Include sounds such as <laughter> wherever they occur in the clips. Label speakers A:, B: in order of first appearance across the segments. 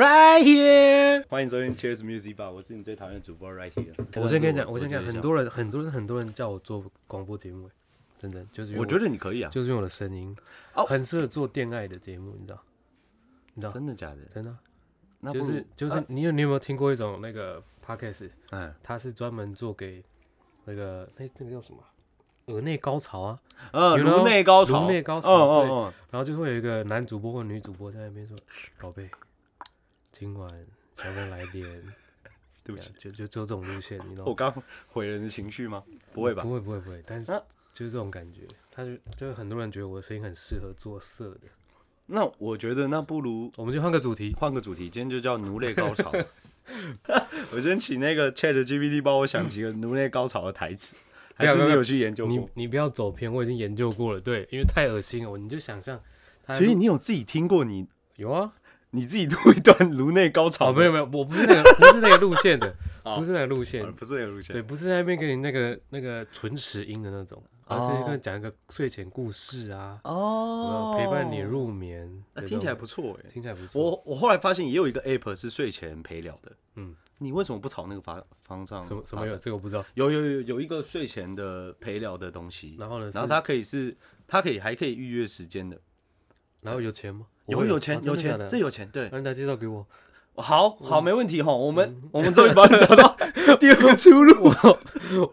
A: Right here，
B: 欢迎收听 Cheers Music Bar，我是你最讨厌的主播 Right Here。
A: 我先跟你讲，我先跟你讲，
B: 多，
A: 很多人，很多人，很多人叫我做广播节目，欸真的就是因为
B: 我觉得你可以啊，
A: 就是因为我的声音，
B: 哦
A: 很适合做恋爱的节目，你知道？你知道？
B: 真的假的？
A: 真的啊，
B: 那不
A: 就
B: 如啊
A: 是就是，你有你有没有听过一种那个 podcast，
B: 嗯
A: 它是专门做给那个那那个叫什么啊额内高潮啊，
B: 呃，
A: You know，
B: 颅内高潮，
A: 颅内高潮
B: 嗯嗯
A: 然后就会有一个男主播或女主播在那边说：“宝贝，今晚想不想来点？” <laughs>
B: 哦对不起，
A: 就就走这种路线，你
B: 嗯，
A: 知道
B: 我
A: 吗？
B: 刚毁人的情绪
A: <laughs>
B: 吗？不会吧
A: 不？会不会不会，但是
B: 啊
A: 就是这种感觉，他就就是很多人觉得我的声音很适合做色的，
B: 那我觉得那不如
A: 我们就换个主题。
B: 换个主题，今天就叫颅内高
A: <laughs>
B: 潮。 <laughs> 我先请那个 Chat GPT 帮我想
A: <laughs>
B: 几个颅内高潮的台词，还
A: 不
B: 是你
A: 要不要
B: 有去研究
A: 你
B: 过？
A: 你不要走偏，我已经研究过了，对，因为太恶心了，我你就想象他
B: 所以你有自己听过你
A: 有啊，
B: 你自己录一段颅内高潮
A: 哦
B: 吗？
A: 没有没有，我不是那个不是那个路线的，
B: <laughs> 哦
A: 不是那个路线
B: 呃，，不是那个路线。
A: 对，不是在那边给你那个那个唇齿音的那种，而是一个讲一个睡前故事啊，有没
B: 哦哦
A: 有陪伴你入眠
B: 那
A: 的这
B: 听
A: 种，
B: 起来不错哎。
A: 听起来不错。
B: 我我后来发现也有一个 app 是睡前陪聊的，
A: 嗯，
B: 你为什么不朝那个方方向？
A: 什么什么有？这个我不知道，
B: 有有有有一个睡前的陪聊的东西，
A: 然后呢？
B: 然后
A: 是
B: 它可以是，它可以还可以预约时间的，
A: 然后有钱吗？
B: 有
A: 我
B: 有
A: 哦
B: 钱
A: 真
B: 有
A: 的假
B: 钱
A: 的，嗯
B: 这有钱，对，
A: <laughs> 让大家介绍给我。
B: 好好没问题哈，我
A: 嗯
B: 们我们终于帮你找到第二个出
A: <laughs>
B: 路，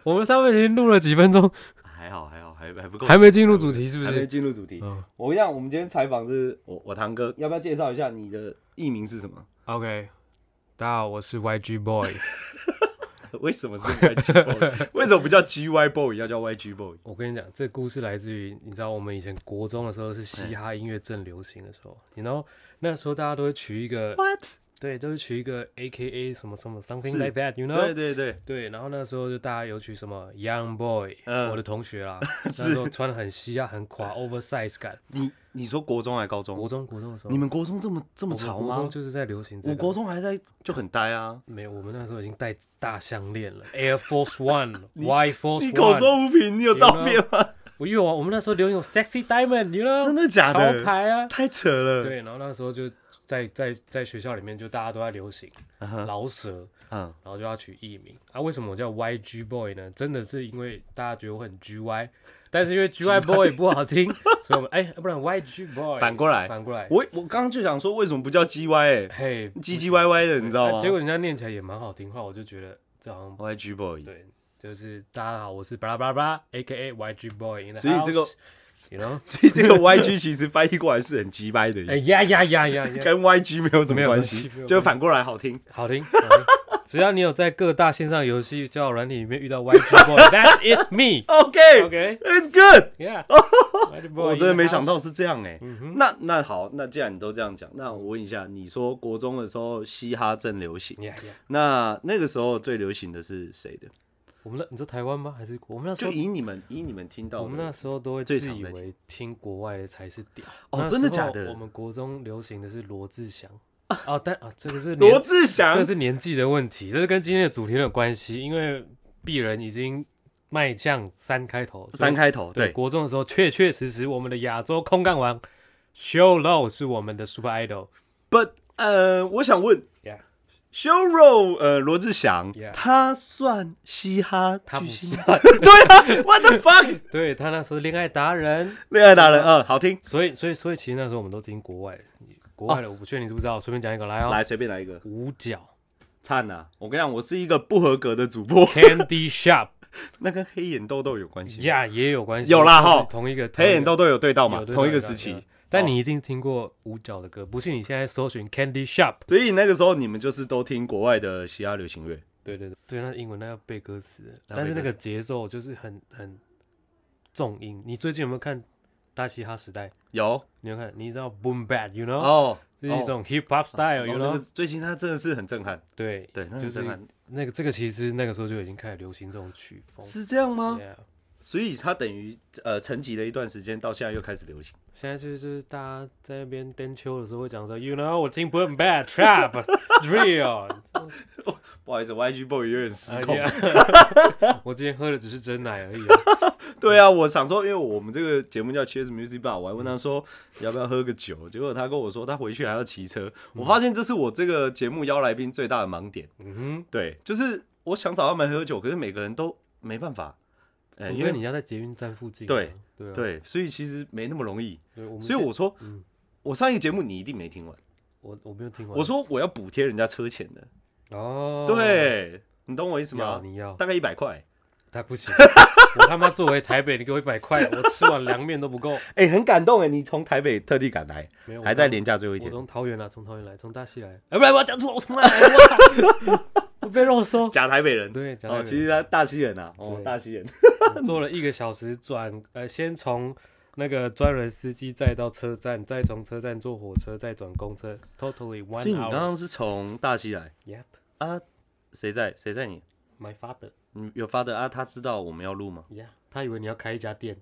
A: 我们上面已经录了几分钟，
B: 还好还好还还不够，
A: 还没进入主题，是不
B: 还没
A: 是？
B: 进入主题。
A: 嗯
B: 我跟你讲，我们今天采访是我我堂哥，要不要介绍一下你的艺名是什么？
A: ，OK。大家好，我是 YG Boy。
B: <laughs> 为什么是 YG <laughs> boy？为什么不叫 GY boy 要叫 YG boy？
A: <laughs> 我跟你讲，这故事来自于你知道我们以前国中的时候是嘻哈音乐正流行的时候，然后那时候大家都会取一个
B: What？
A: 对，都会取一个 A K A 什么什么 something
B: 是
A: like that，you
B: 对
A: know？
B: 对对，
A: 对，然后那时候就大家有取什么 Young Boy，
B: 嗯
A: 我的同学 <laughs> 啦，那时候穿的很嘻哈，很垮 oversize 感。
B: 你你说国中还高中？
A: 国中国中的时候，
B: 你们国中这么这么
A: 我们
B: 潮
A: 国
B: 吗
A: 中？就是在流行这
B: 我
A: 个。
B: 国中还在就很呆啊，
A: 没有，我们那时候已经戴大项链了，Air Force
B: <laughs>
A: One、Y Force
B: 你口
A: One。
B: 说无凭，你有照片吗？
A: 我有啊，我们那时候流行有 Sexy Diamond，you know？
B: 真的假的！
A: 潮牌
B: <laughs>
A: 啊
B: 太扯了。
A: 对，然后那时候就在在在学校里面，就大家都在流行
B: 嗯哼，
A: 饶舌，
B: 嗯，
A: 然后就要取艺名啊。为什么我叫 YG Boy 呢？真的是因为大家觉得我很 GY，但是因为 GY Boy 不好听， <laughs> 所以我们哎，不然 YG Boy
B: 反过来，
A: 反过来，
B: 我我刚刚就想说，为什么不叫 GY？哎，
A: 嘿，
B: 唧唧歪歪的，你知道
A: 啊
B: 吗
A: 结果人家念起来也蛮好听，后来我就觉得这好像
B: ？YG boy，
A: 对，就是大家好，我是巴拉巴拉巴拉，A K A Y G Boy。
B: 所以这个
A: ，you know，
B: 所 <laughs> 以这个 YG 其实翻译过来是很鸡掰的意
A: 哎
B: 思，
A: 呀呀呀呀呀，
B: 跟 YG 没有什么关
A: 哎没
B: 系
A: 有关系没，有
B: 就反过来好听。
A: 好听。好听只要你有在各大线上游戏交友软体里面遇到 YG Boy，that
B: <laughs>
A: is me。
B: OK，it's
A: OK，yeah，YG、
B: good。
A: Boy，
B: 我真的
A: in the
B: 没想
A: house
B: 到是这样哎、
A: 嗯
B: 那那好，那既然你都这样讲，那我问一下，你说国中的时候嘻哈正流行，
A: Yeah, yeah
B: 那那个时候最流行的是谁的？
A: 我们那你说台湾吗？还是我们那时
B: 就
A: 候？
B: 以你们以你们听到
A: 我们那
B: 的
A: 时候都会自
B: 最常
A: 以
B: 在
A: 为听国外的才是屌
B: 哦
A: 那
B: 真的
A: 时
B: 假
A: 候
B: 的
A: 我们国中流行的是罗志
B: <laughs>
A: 祥哦，但啊，这个是年
B: 罗志祥
A: 这，是年纪的问题，这是跟今天的主题有关系，因为鄙人已经迈向三开头，所以
B: 三开头
A: 对
B: 对，
A: 国中的时候，确确实实我们的亚洲空干王 Show Low 是我们的 Super Idol，
B: ，But 呃，我想问
A: Yeah
B: s h o r o 呃罗志祥
A: Yeah
B: 他算嘻哈
A: 他不
B: 巨星吗？
A: 算，
B: 对啊，What <laughs> the fuck，
A: <laughs> 对他那时候恋爱达人，
B: 恋爱达人，嗯，好听，
A: 所以所以所以其实那时候我们都听国外的，国外的我不确定你知不知道，随便讲一个来哦，
B: 哦来随便来一个，
A: 五角
B: 灿啊！我跟你讲，我是一个不合格的主播， <laughs>
A: Candy Shop
B: 那跟黑眼豆豆有关系吗。
A: 呀也有关系，
B: 有啦
A: 都是
B: 吼
A: 同一个同一
B: 黑
A: 个
B: 眼豆都有对到嘛，
A: 有对
B: 同一
A: 到
B: 个
A: 有
B: 时
A: 到有
B: 期，
A: 但
B: 哦
A: 你一定听过五角的歌，不信你现在搜寻 Candy Shop。
B: 所以那个时候你们就是都听国外的嘻哈流行乐。
A: 对对对，对，那英文那要背歌词，
B: 那
A: 但是
B: 背歌
A: 那个节奏就是很很重音。你最近有没有看《大嘻哈时代》？
B: 有
A: 你有看？你知道 Boom Bap，you know，
B: 哦，
A: 这是一种 hip hop
B: 哦
A: style，you
B: 那个
A: know。
B: 最近他真的是很震撼，
A: 对
B: 对，那
A: 就
B: 很
A: 是
B: 震撼，
A: 那个这个其实那个时候就已经开始流行这种曲风。
B: 是这样吗？
A: Yeah
B: 所以他等于呃沉寂了一段时间，到现在又开始流行。
A: 现在就是就是大家在那边登秋的时候会讲说，you know，我听 Boom Bap Trap Drill，
B: 不好意思，YG boy 有点失控。
A: 哎 <laughs> 我今天喝的只是真奶而已、
B: 对啊，我想说，因为我们这个节目叫 Cheers Music Bar，我还问他说要不要喝个酒，结果他跟我说他回去还要骑车。我发现这是我这个节目邀来宾最大的盲点。
A: 嗯
B: 对，就是我想找他们喝酒，可是每个人都没办法，
A: 哼，
B: 呃，
A: 除
B: 因
A: 非
B: 为
A: 你要在捷运站附近啊、
B: 对
A: 对啊
B: 对，所以其实没那么容易。
A: 对，我们
B: 所以
A: 现
B: 我说，
A: 嗯
B: 我上一个节目你一定没听完，
A: 我我没有听完。
B: 我说我要补贴人家车钱的，
A: 哦，，
B: 对你懂我意思
A: 要
B: 吗？
A: 你要，
B: 大概一百块，
A: 他不行， <laughs> 我他妈作为台北，你给我一百块，我吃碗凉面都不够。
B: 哎、很感动哎，你从台北特地赶来，
A: 没有，我
B: 还在
A: 从
B: 廉假最后一
A: 我
B: 天，
A: 从桃园来，从桃园来，从大溪来。哎，不然我要讲出来，我从哪来？我靠 <laughs> 我被肉搜。
B: 假台北人。
A: 对，讲到
B: 哦，
A: 这
B: 其
A: 个
B: 实他大西人啊，哦
A: 对，
B: 大西人，
A: 我坐了一个小时转，呃，先从那个专人司机，再到车站，再从车站坐火车，再转公车，totally
B: 所
A: one
B: 以你刚
A: hour。
B: 刚是从大西来
A: Yep,
B: 啊？谁在？谁在你？
A: my father.
B: 你有发的啊？他知道我们要录吗？
A: Yeah，他以为你要开一
B: <laughs>
A: 家店，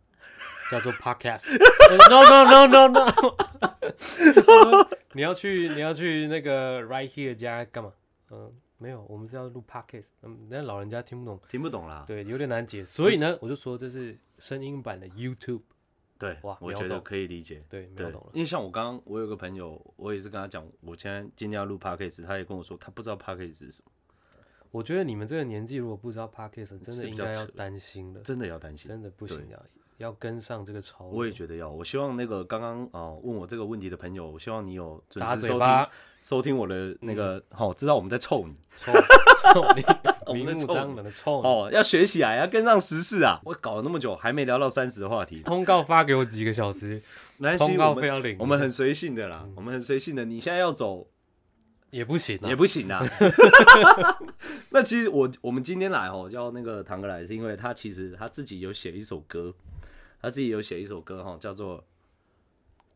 A: 叫做 podcast。呃 <laughs> no no no no no 我说。 <laughs> 你要去你要去那个 right here 家干嘛？嗯、没有，我们是要录 podcast。嗯，那老人家听不懂，
B: 听不懂啦。
A: 对，有点难解。所以呢，我就说这是声音版的 YouTube。
B: 对
A: 哇，
B: 我
A: 秒
B: 觉得
A: 懂
B: 可以理解。
A: 对，没
B: 对
A: 有懂，了。
B: 因为像我刚刚，我有个朋友，我也是跟他讲，我现在今天要录 podcast，他也跟我说他不知道 podcast 是什么，
A: 我觉得你们这个年纪如果不知道 podcast，真的
B: 是比
A: 应
B: 较
A: 该要
B: 扯
A: 担心了，
B: 真的要担心。
A: 真的不行要要跟上这个潮
B: 我也
A: 流。
B: 觉得要，我希望那个刚刚啊问我这个问题的朋友，我希望你有准
A: 打
B: 时
A: 嘴
B: 收听 <laughs>
A: 巴，嗯
B: 收听我的那个，好、知道我们在臭你
A: 臭臭
B: <laughs> 我
A: 你，
B: 们
A: 明
B: 在
A: 目
B: 臭
A: 张
B: 你
A: 胆的臭你。
B: 哦，要学起来，要跟上时事啊！我搞了那么久，还没聊到三十的话题，
A: 通告发给我几个小时，
B: 没关
A: 通
B: 系，
A: 告
B: 我
A: 费
B: 们
A: 要领，嗯
B: 我们很随性的啦，我们很随性的，你现在要走
A: 也不行啊
B: 也。不
A: <laughs>
B: 行啊。那其实我我们今天来哦，叫那个堂哥来，是因为他其实他自己有写一首歌，他自己有写一首歌哈，叫做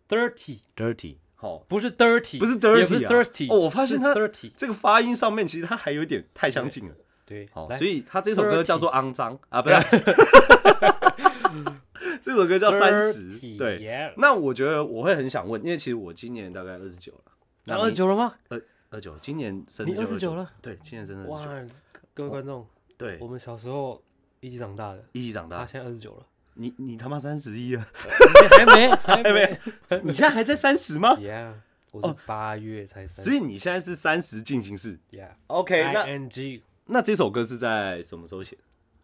A: Dirty
B: Dirty，哦，
A: 不是 dirty，
B: 不是
A: 也
B: dirty，
A: 不是
B: 啊
A: thirsty。
B: 哦我发现
A: 是
B: 它
A: dirty，
B: 这个发音上面其实他还有一点太相近了。
A: 对，
B: 好，
A: 来
B: 所以他这首歌
A: Dirty
B: 叫做《肮脏》啊，不是， <laughs> 这首歌叫《三十》。
A: Dirty，
B: 对，
A: yeah
B: 那我觉得我会很想问，因为其实我今年大概二十九了。呃
A: 那二十九了吗？
B: 二九，今年生日
A: 你29
B: 29
A: 了？
B: 对，今年生日二
A: 哇
B: 十九。，
A: 各位观众，
B: 对
A: 我，们小时候一起长大的，
B: 一起长
A: 他
B: 大。
A: 现在二十九了，
B: 你你他妈三十一啊了，
A: <laughs> 还没，还
B: 哎，没
A: 没。哦
B: 有， <laughs> 你现在还在三十吗？
A: Yeah，我是八月才
B: <laughs>
A: 生，
B: 所以你现在是三十进行式。
A: Yeah。哎
B: OK，那
A: ing
B: 那这首歌是在什么时候写的？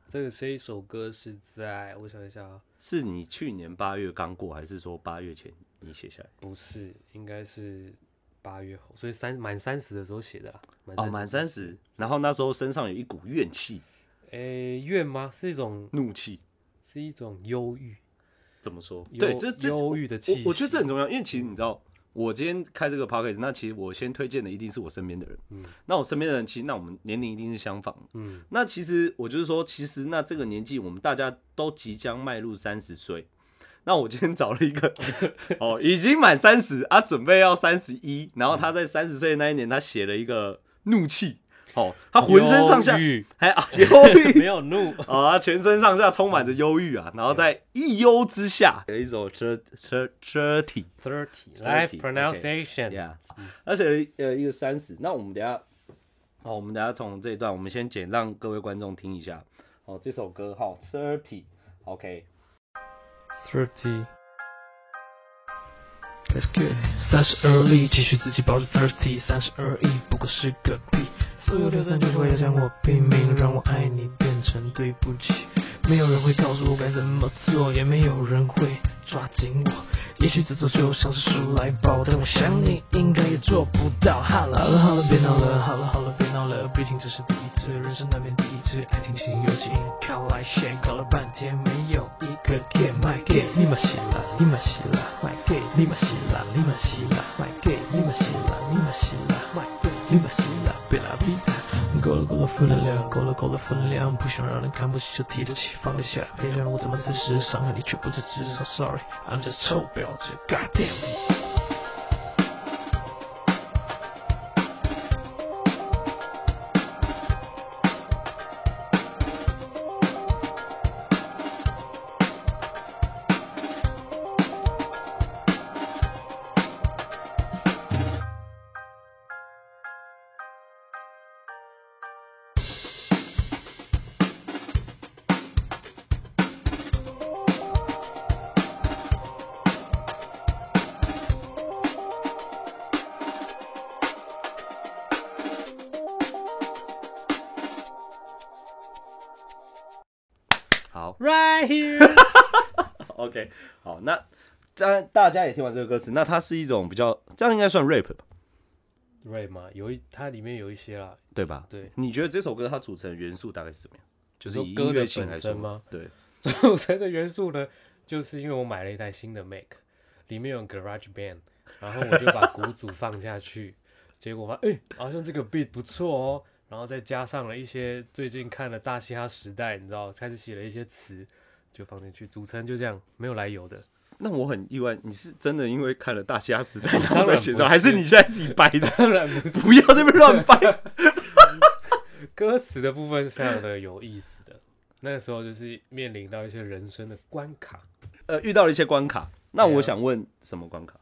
A: 这个这一首歌是在我想一下啊，
B: 是你去年八月刚过，还是说八月前你写下来？
A: 不是，应该是八月后，所以三满三十的时候写的啦。满
B: 哦，
A: 30
B: 满三十，然后那时候身上有一股怨气、
A: 诶，怨吗？是一种
B: 怒气，
A: 是一种忧郁，
B: 怎么说？
A: 忧
B: 对，这这
A: 忧郁的气息
B: 我我觉得这很重要，因为其实你知道，我今天开这个 podcast，那其实我先推荐的一定是我身边的人。嗯，那我身边的人，其实那我们年龄一定是相仿。
A: 嗯，
B: 那其实我就是说，其实那这个年纪，我们大家都即将迈入三十岁。那我今天找了一
A: <laughs>
B: 个哦，已经满三十啊，准备要三十一，然后他在三十岁那一年，他写了一个怒气，哦，他浑身上下
A: 忧郁
B: 还啊忧郁，
A: <laughs> 没有怒。
B: <laughs> 啊、他全身上下充满着忧郁啊，然后在一忧之下有一首 Dirty Dirty
A: Thirty，来
B: Thirty，OK
A: pronunciation，
B: Yeah，而且呃一个三十，那我们等一下，好，我们等一下从这一段，我们先简让各位观众听一下，哦，这首歌哈 Dirty，OK，、
C: Thirty. That's good. 三十而立，期许自己保持 thirty。三十而已，不过是个屁。所有流散就是为了将我拼命，让我爱你变成对不起。没有人会告诉我该怎么做，也没有人会抓紧我。也许这种就像是数来宝，但我想你应该也做不到。好了好了好了，别闹了，好了好了，别闹了，毕竟这是第一次，人生难免第一次，爱情情友情靠来写，搞了半天没有一个 get my get，立马洗了，立马洗了，my get，立马洗了，立马洗了，my get，立马洗了，立马洗了，my get，立马洗了，别拉逼他。够了够了，负能量，够了够了，负能量，不想让人看不起就提得起放得下，别让我怎么真实，伤害你却不自知，so sorry，I'm just 臭婊子，god damn。
B: 好
A: Right here，
B: <laughs> ，OK，好，那大大家也听完这个歌词，那它是一种比较，这样应该算 rap 吧，
A: right 嘛，有一它里面有一些啦，
B: 对吧？
A: 对，
B: 你觉得这首歌它组成元素大概是怎么样？ <laughs> 就是以
A: 你说歌
B: 音
A: 的
B: 乐性
A: 本
B: 来说 <laughs>
A: 身吗？
B: 对，
A: 组成的元素呢，就是因为我买了一台新的 Mac，里面有 Garage Band，然后我就把鼓组放下去，结果发现哎、好像这个 beat 不错哦，然后再加上了一些最近看了《大嘻哈时代》，你知道，开始写了一些词，就放进去，组成就这样，没有来由的。 <laughs>
B: 那我很意外，你是真的因为看了《大虾时代》哦然
A: 当
B: 后才
A: 然
B: 写
A: 不
B: 出来，还是
A: 是
B: 你现在自己掰的？
A: 当然不是，
B: 不要在那边乱掰。
A: 歌词的部分是非常的有意思的。那个时候就是面临到一些人生的关卡，
B: 呃，遇到了一些关卡，那
A: 对啊
B: 我想问什么关卡？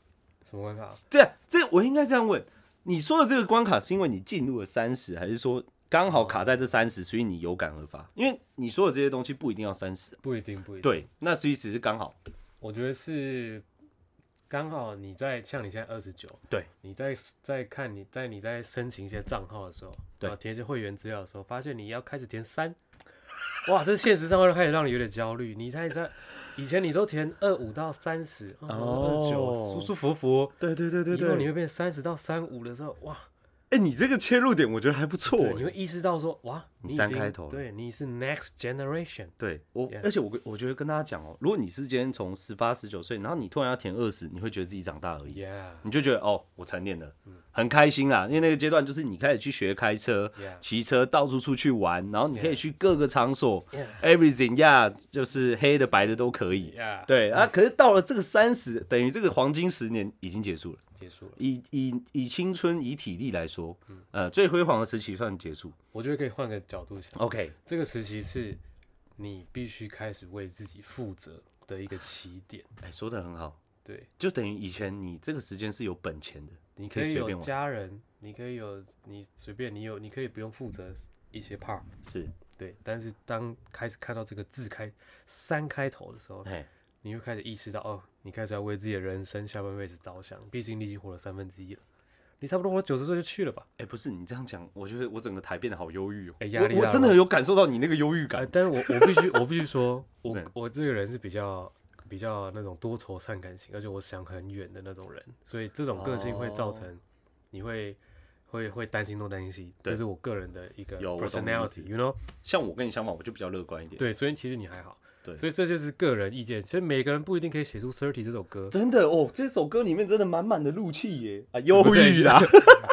A: 什么关卡？
B: 这样，这我应该这样问：你说的这个关卡是因为你进入了三十，还是说刚好卡在这三十，所以你有感而发？因为你说的这些东西不一定要三十，
A: 不一定，不一定。
B: 对，那所以只是刚好。
A: 我觉得是刚好你在像你现在二十九，
B: 对，
A: 你在在看你在你在申请一些账号的时候，
B: 对
A: 然后填一些会员资料的时候，发现你要开始填三，哇，这现实上会开始让你有点焦虑。你在在以前你都填二五到三十，
B: 哦
A: 二十九舒舒服服，
B: 对对对对
A: 以后你会变三十到三五的时候，哇，
B: 哎、你这个切入点我觉得还不错
A: 对，你
B: 欸。
A: 会意识到说，哇，
B: 你
A: 已
B: 三
A: 经
B: 开头了
A: 对，你是 next generation，
B: 对我
A: Yeah
B: 而且我跟我觉得跟大家讲哦，如果你是今天从十八、十九岁，然后你突然要填二十，你会觉得自己长大而已。
A: yeah，嗯
B: 你就觉得哦，我成年了，很开心啦。因为那个阶段就是你开始去学开车
A: Yeah、
B: 骑车，到处出去玩，然后你可以
A: Yeah
B: 去各个场所
A: Yeah
B: ，everything 呀，就是黑的白的都可以。
A: Yeah
B: 对啊，可是到了这个三十，等于这个黄金十年已经结束了。
A: 结束了。
B: 以以以青春、以体力来说，
A: 嗯
B: 呃，最辉煌的时期算结束。
A: 我觉得可以换个角度想。
B: OK，
A: 这个时期是你必须开始为自己负责的一个起点。
B: 哎，说的很好，
A: 对，
B: 就等于以前你这个时间是有本钱的，
A: 你
B: 可
A: 可
B: 以
A: 以
B: 随
A: 有
B: 便玩
A: 家人，你可以有你随便，你有你可以不用负责一些 part。
B: 是，
A: 对，但是当开始看到这个字开三开头的时候，
B: 哎，
A: 你会开始意识到，哦，你开始要为自己的人生下半辈子着想，毕竟你已经活了三分之一了，你差不多活九十岁就去了吧？
B: 哎，不是你这样讲，我觉得我整个台变得好忧郁哦。
A: 哎压力
B: 我我
A: 大
B: 真的
A: 吗
B: 有感受到你那个忧郁
A: 呃，
B: 感。
A: 但是我我必须我必须说，
B: <laughs>
A: 我
B: 对
A: 我这个人是比较比较那种多愁善感型，而且我想很远的那种人，所以这种个性会
B: 哦
A: 造成你会会会担心东担心西，
B: 对
A: 这是我个人的一个
B: 有我懂你意思
A: personality，you know？
B: 像我跟你相反，我就比较乐观一点。，
A: 对，所以其实你还好，
B: 对
A: 所以这就是个人意见，其实每个人不一定可以写出《Thirty》这首歌，
B: 真的哦，这首歌里面真的满满的怒气耶，啊，忧
A: 不是
B: 郁
A: <laughs>
B: 啦。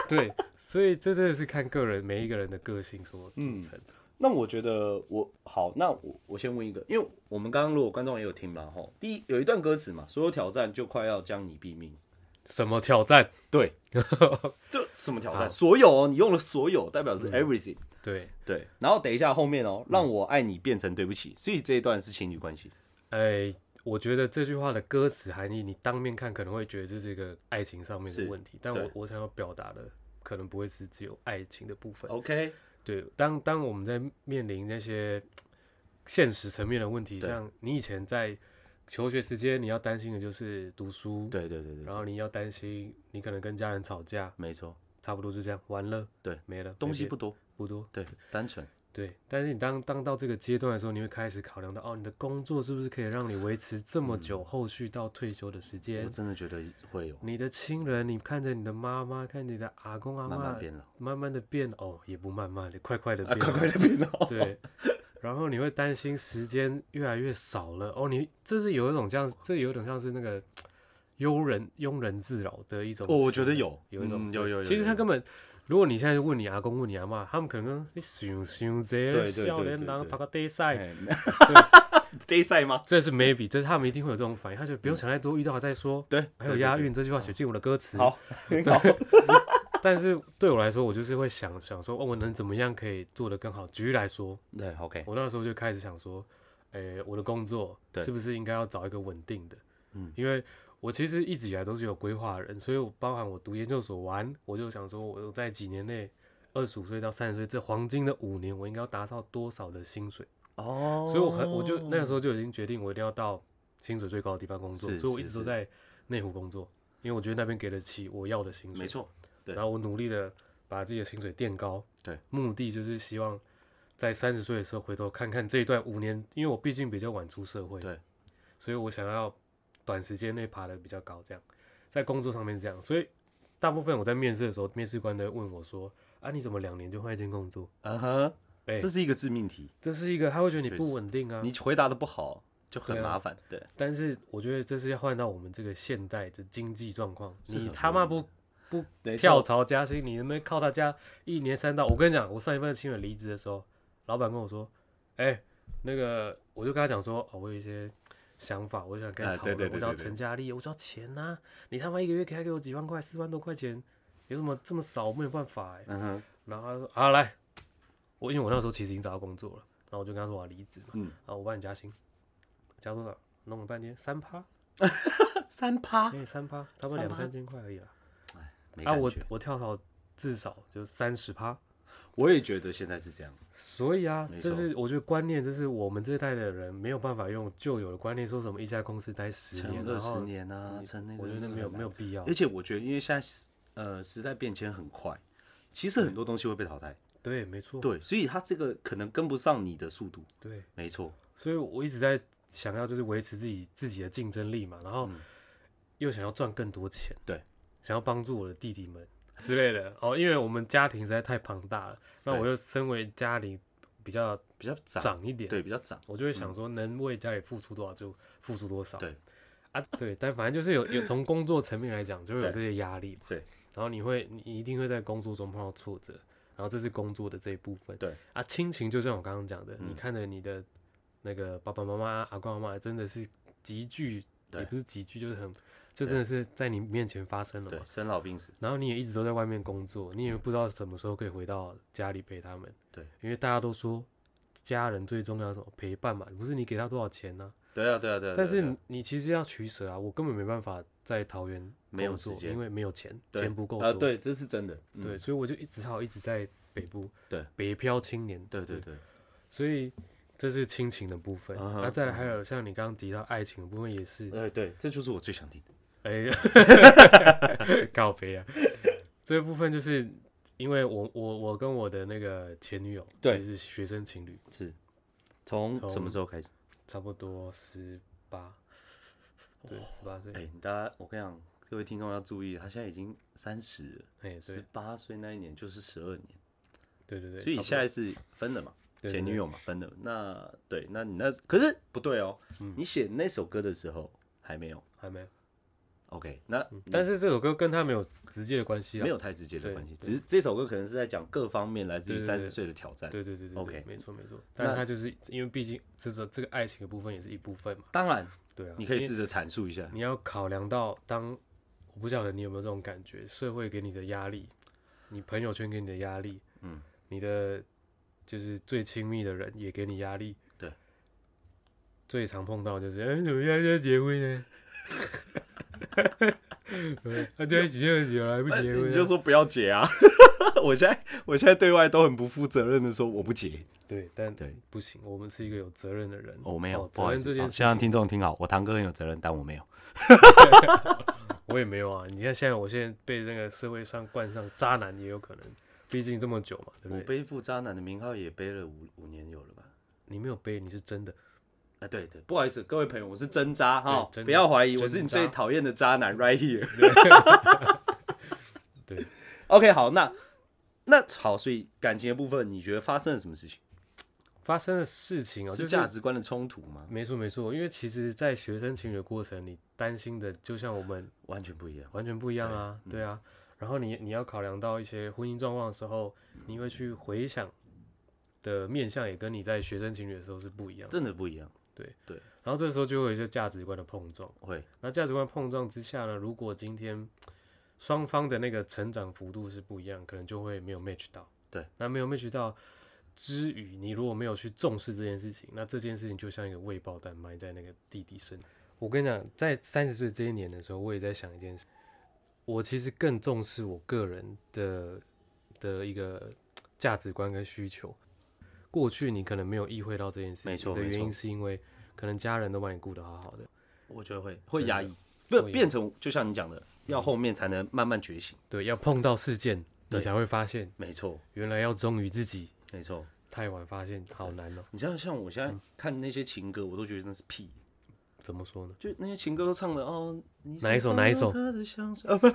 A: 对，所以这真的是看个人每一个人的个性所组
B: 嗯
A: 成的。
B: 那我觉得我好，那我我先问一个，因为我们刚刚如果观众也有听嘛，吼，第一有一段歌词嘛，所有挑战就快要将你毙命。
A: 什么挑战？
B: 对，就什么挑战？
A: <laughs> 好嗯
B: 所有哦，你用了所有，代表是 everything。
A: 对，嗯
B: 对，然后等一下后面哦，让我爱你变成对不起，所以这一段是情侣关系。
A: 哎，我觉得这句话的歌词含义，你当面看可能会觉得这是一个爱情上面
B: 是
A: 的问题，但
B: 对
A: 我我想要表达的可能不会是只有爱情的部分。
B: OK，
A: 对，当当我们在面临那些现实层面的问题，
B: 对
A: 像你以前在求学时间，你要担心的就是读书，，
B: 对对对对，
A: 然后你要担心你可能跟家人吵架，
B: 没错，
A: 差不多就这样完了，
B: 对
A: 没了，
B: 东
A: 没
B: 西
A: 别
B: 不多，
A: 不多，
B: 对，单纯。
A: 对，但是你当当到这个阶段的时候，你会开始考量到，哦，你的工作是不是可以让你维持这么久，后续到退休的时间
B: 嗯我？真的觉得会有
A: 你的亲人，你看着你的妈妈，看你的阿公阿
B: 慢慢
A: 妈，
B: 变老，
A: 慢慢的变哦，也不慢慢的，快快的
B: 啊，
A: 变，
B: 快快的变老。
A: 对。然后你会担心时间越来越少了哦，你这是有一种像，这有一种像是那个庸人庸人自扰的一种行
B: 哦
A: 为。
B: 我觉得有
A: 有一种、
B: 嗯有有有
A: 其实他
B: 有
A: 根本，如果你现在问你阿公问你阿妈，他们可能说你想想这
B: 对对
A: 少年
B: 对
A: 郎
B: 对
A: 拍个比赛，
B: 哎 <laughs> day 赛吗？
A: 这是 maybe，这是他们一定会有这种反应，他就不用想太多，遇到了再说。
B: 对，
A: 还有
B: 嗯对
A: 押。
B: 对 <laughs>
A: 韵这句话写进我的歌词。
B: 对好，很好。
A: 但是对我来说，我就是会想想说，哦，我能怎么样可以做得更好？举例来说，
B: 对，OK，
A: 我那时候就开始想说，诶、我的工作
B: 对
A: 是不是应该要找一个稳定的？
B: 嗯
A: 因为我其实一直以来都是有规划的人，所以我包含我读研究所完，我就想说，我在几年内，二十五岁到三十岁这黄金的五年，我应该要达到多少的薪水？
B: 哦
A: 所以我很，我就那个时候就已经决定，我一定要到薪水最高的地方工作，
B: 是
A: 所以我一
B: 是
A: 直都
B: 是
A: 在内湖工作，因为我觉得那边给得起我要的薪水。
B: 没错，对
A: 然后我努力的把自己的薪水垫高，
B: 对，
A: 目的就是希望在三十岁的时候回头看看这一段五年，因为我毕竟比较晚出社会，
B: 对，
A: 所以我想要短时间内爬得比较高，这样在工作上面是这样，所以大部分我在面试的时候，面试官都会问我说：“啊，你怎么两年就换一间工作
B: 嗯哼，
A: 哎
B: 这是一个致命题，？”
A: 这是一个他会觉得你
B: 确
A: 不
B: 实
A: 稳定啊，
B: 你回答的不好就很
A: 对啊
B: 麻烦。对，
A: 但是我觉得这是要换到我们这个现代的经济状况，
B: 是
A: 你
B: 很
A: 他
B: 不
A: 妈
B: 容
A: 不不
B: 没
A: 跳
B: 错
A: 槽加薪，你能不能靠大家一年三到？我跟你讲，我上一份薪水离职的时候，老板跟我说：“哎、那个，我就跟他讲说，哦，我有一些想法，我想跟你
B: 哎
A: 讨
B: 对对
A: 论，我
B: 对
A: 想要
B: 对对
A: 成家立业，我想要钱呐、你他妈一个月给他给我几万块，四万多块钱，有什么这么少？我没有办法哎、
B: 嗯哼，
A: 然后他说：“好、来，我因为我那时候其实已经找到工作了，然后我就跟他说我要离职嘛，
B: 嗯
A: 啊，我帮你加薪，加多少？弄了半天三趴，
B: 啊三趴
A: 哎、三趴，差不多
B: 三
A: 两
B: 趴
A: 三千块而已啦。
B: 没
A: 啊，
B: 感
A: 我
B: 觉
A: 我跳槽至少就三十趴，
B: 我也觉得现在是这样。
A: 所以啊
B: 没，
A: 这
B: 错
A: 是我觉得观念，这是我们这一代的人没有办法用旧有的观念，说什么一家公司待十
B: 乘
A: 年，
B: 二
A: 然
B: 十
A: 后
B: 年啊，乘那个，哎
A: 我觉得没有没有。必要
B: 而。且我觉得，因为现在时呃时代变迁很快，其实很多东西会被淘汰。
A: 对，没错，
B: 对，所以它这个可能跟不上你的速度。
A: 对，
B: 没错，
A: 所以我一直在想要就是维持自己自己的竞争力嘛，然后又想要赚更多钱，
B: 嗯对，
A: 想要帮助我的弟弟们 <laughs> 之类的。哦，因为我们家庭实在太庞大了，那
B: 对
A: 我又身为家里比较
B: 比较长，
A: 长一点，
B: 对，比较长。
A: 我就会想说，能为家里付出多少就付出多少。
B: 嗯对
A: 啊，对，但反正就是有有从工作层面来讲，就会有
B: 对
A: 这些压力，
B: 对，
A: 然后你会你一定会在工作中碰到挫折，然后这是工作的这一部分。
B: 对嗯
A: 啊，亲情就像我刚刚讲的，你看着你的那个爸爸妈妈、阿公阿妈，真的是急剧，也
B: 对
A: 不是急剧，就是很，这真的是在你面前发生了
B: 对
A: 嘛，。
B: 生老病死。
A: 然后你也一直都在外面工作，你也不知道什么时候可以回到家里陪他们。
B: 对，
A: 因为大家都说家人最重要是什么陪伴嘛，不是你给他多少钱呢、
B: 对啊，对啊，对啊。
A: 但是
B: 对啊
A: 你你其实要取舍啊，我根本没办法在桃园
B: 没有
A: 工作
B: 时间
A: 因为没有钱，
B: 对
A: 钱不够
B: 啊，
A: 多。
B: 对，这是真的。嗯
A: 对，所以我就一只好一直在北部，
B: 对，
A: 北漂青年，
B: 对对对，
A: 所以这是亲情的部分。那、
B: 嗯
A: 啊
B: 哼
A: 再来还有像你刚刚提到爱情的部分也是，
B: 哎对，这就是我最想听的。
A: 哎，
B: <laughs>
A: 告别啊，这部分就是因为我我我跟我的那个前女友，
B: 对
A: 就是学生情侣，
B: 是从
A: 从
B: 什么时候开始？
A: 差不多十八，对，十八岁，
B: 哎，大家，我跟你讲，各位听众要注意，他现在已经三十了，
A: 哎，
B: 十
A: 对
B: 八岁那一年就是十二年。
A: 对对对，
B: 所以
A: 差不
B: 现
A: 多
B: 在是分了嘛，
A: 对对
B: 前
A: 对
B: 女友嘛，分了。那对，那你那可是不对哦，
A: 嗯
B: 你写那首歌的时候还没有。
A: 还没有，
B: OK，那
A: 但是这首歌跟他没有直接的关系啦，
B: 嗯没有太直接的关系，
A: 啊对
B: 只是这首歌可能是在讲各方面来自于
A: 对对
B: 三
A: 对
B: 十岁的挑战。
A: 对对对对对
B: OK
A: 没错没错，但他就是因为毕竟这种这个爱情的部分也是一部分嘛，
B: 当然，
A: 对啊，
B: 你可以
A: 因为
B: 试着阐述一下。
A: 你要考量到当我不晓得你有没有这种感觉，社会给你的压力，你朋友圈给你的压力，
B: 嗯，
A: 你的就是最亲密的人也给你压力，
B: 对，
A: 最常碰到就是哎、怎么现在结婚呢？ <laughs> 他在一起就久了，还不
B: 哎
A: 结婚啊、
B: 你就说不要结啊！ <laughs> 我现在我现在对外都很不负责任的说我不结。
A: 对，但
B: 对
A: 不行，我们是一个有责任的人。
B: 我没有，
A: 哦
B: 不
A: 责
B: 好意
A: 任
B: 思
A: 这件
B: 好
A: 事
B: 先让
A: 情，
B: 听众听好，我堂哥很有责任，但我没有。
A: 我也没有啊。你看现在，我现在被那个社会上冠上渣男也有可能，毕竟这么久嘛，对
B: 我
A: 不对？
B: 背负渣男的名号也背了五五年有了吧？
A: 你没有背，你是真的。
B: 啊，对对，不好意思，各位朋友，我是真渣哈
A: 对真，
B: 不要怀疑，
A: 真
B: 我是你
A: 渣
B: 最讨厌的渣男，right here。 <laughs>
A: 对
B: OK，好，那那好，所以感情的部分，你觉得发生了什么事情？
A: 发生的事情哦，就是
B: 价值观的冲突吗？
A: 没错没错，因为其实，在学生情侣的过程，你担心的就像我们
B: 完全不一样。
A: 完全不一样啊，对啊。然后你你要考量到一些婚姻状况的时候，你会去回想的面向也跟你在学生情侣的时候是不一样的。
B: 真的不一样，
A: 然后这时候就会有一些价值观的碰撞。
B: 会
A: 那价值观碰撞之下呢，如果今天双方的那个成长幅度是不一样，可能就会没有 match 到。
B: 对，
A: 那没有 match 到之余，你如果没有去重视这件事情，那这件事情就像一个未爆弹埋在那个地底深。我跟你讲，在三十岁这一年的时候，我也在想一件事，我其实更重视我个人的的一个价值观跟需求。过去你可能没有意会到这件事
B: 没
A: 情
B: 错
A: 的
B: 没
A: 原
B: 错
A: 因，是因为可能家人都把你顾得好好的，
B: 我觉得会会
A: 真
B: 压
A: 的
B: 抑，不
A: 会压
B: 变成就像你讲的，要后面才能慢慢觉醒。
A: 对，要碰到事件，你
B: 对
A: 才会发现
B: 没错，
A: 原来要忠于自己，
B: 没错，
A: 太晚发现好难哦、
B: 你知道，像我现在看那些情歌，我都觉得那是屁，
A: 怎么说呢？
B: 就那些情歌都唱的哦，你
A: 哪一首哪一首
B: 身上有她的香 <laughs> 水啊不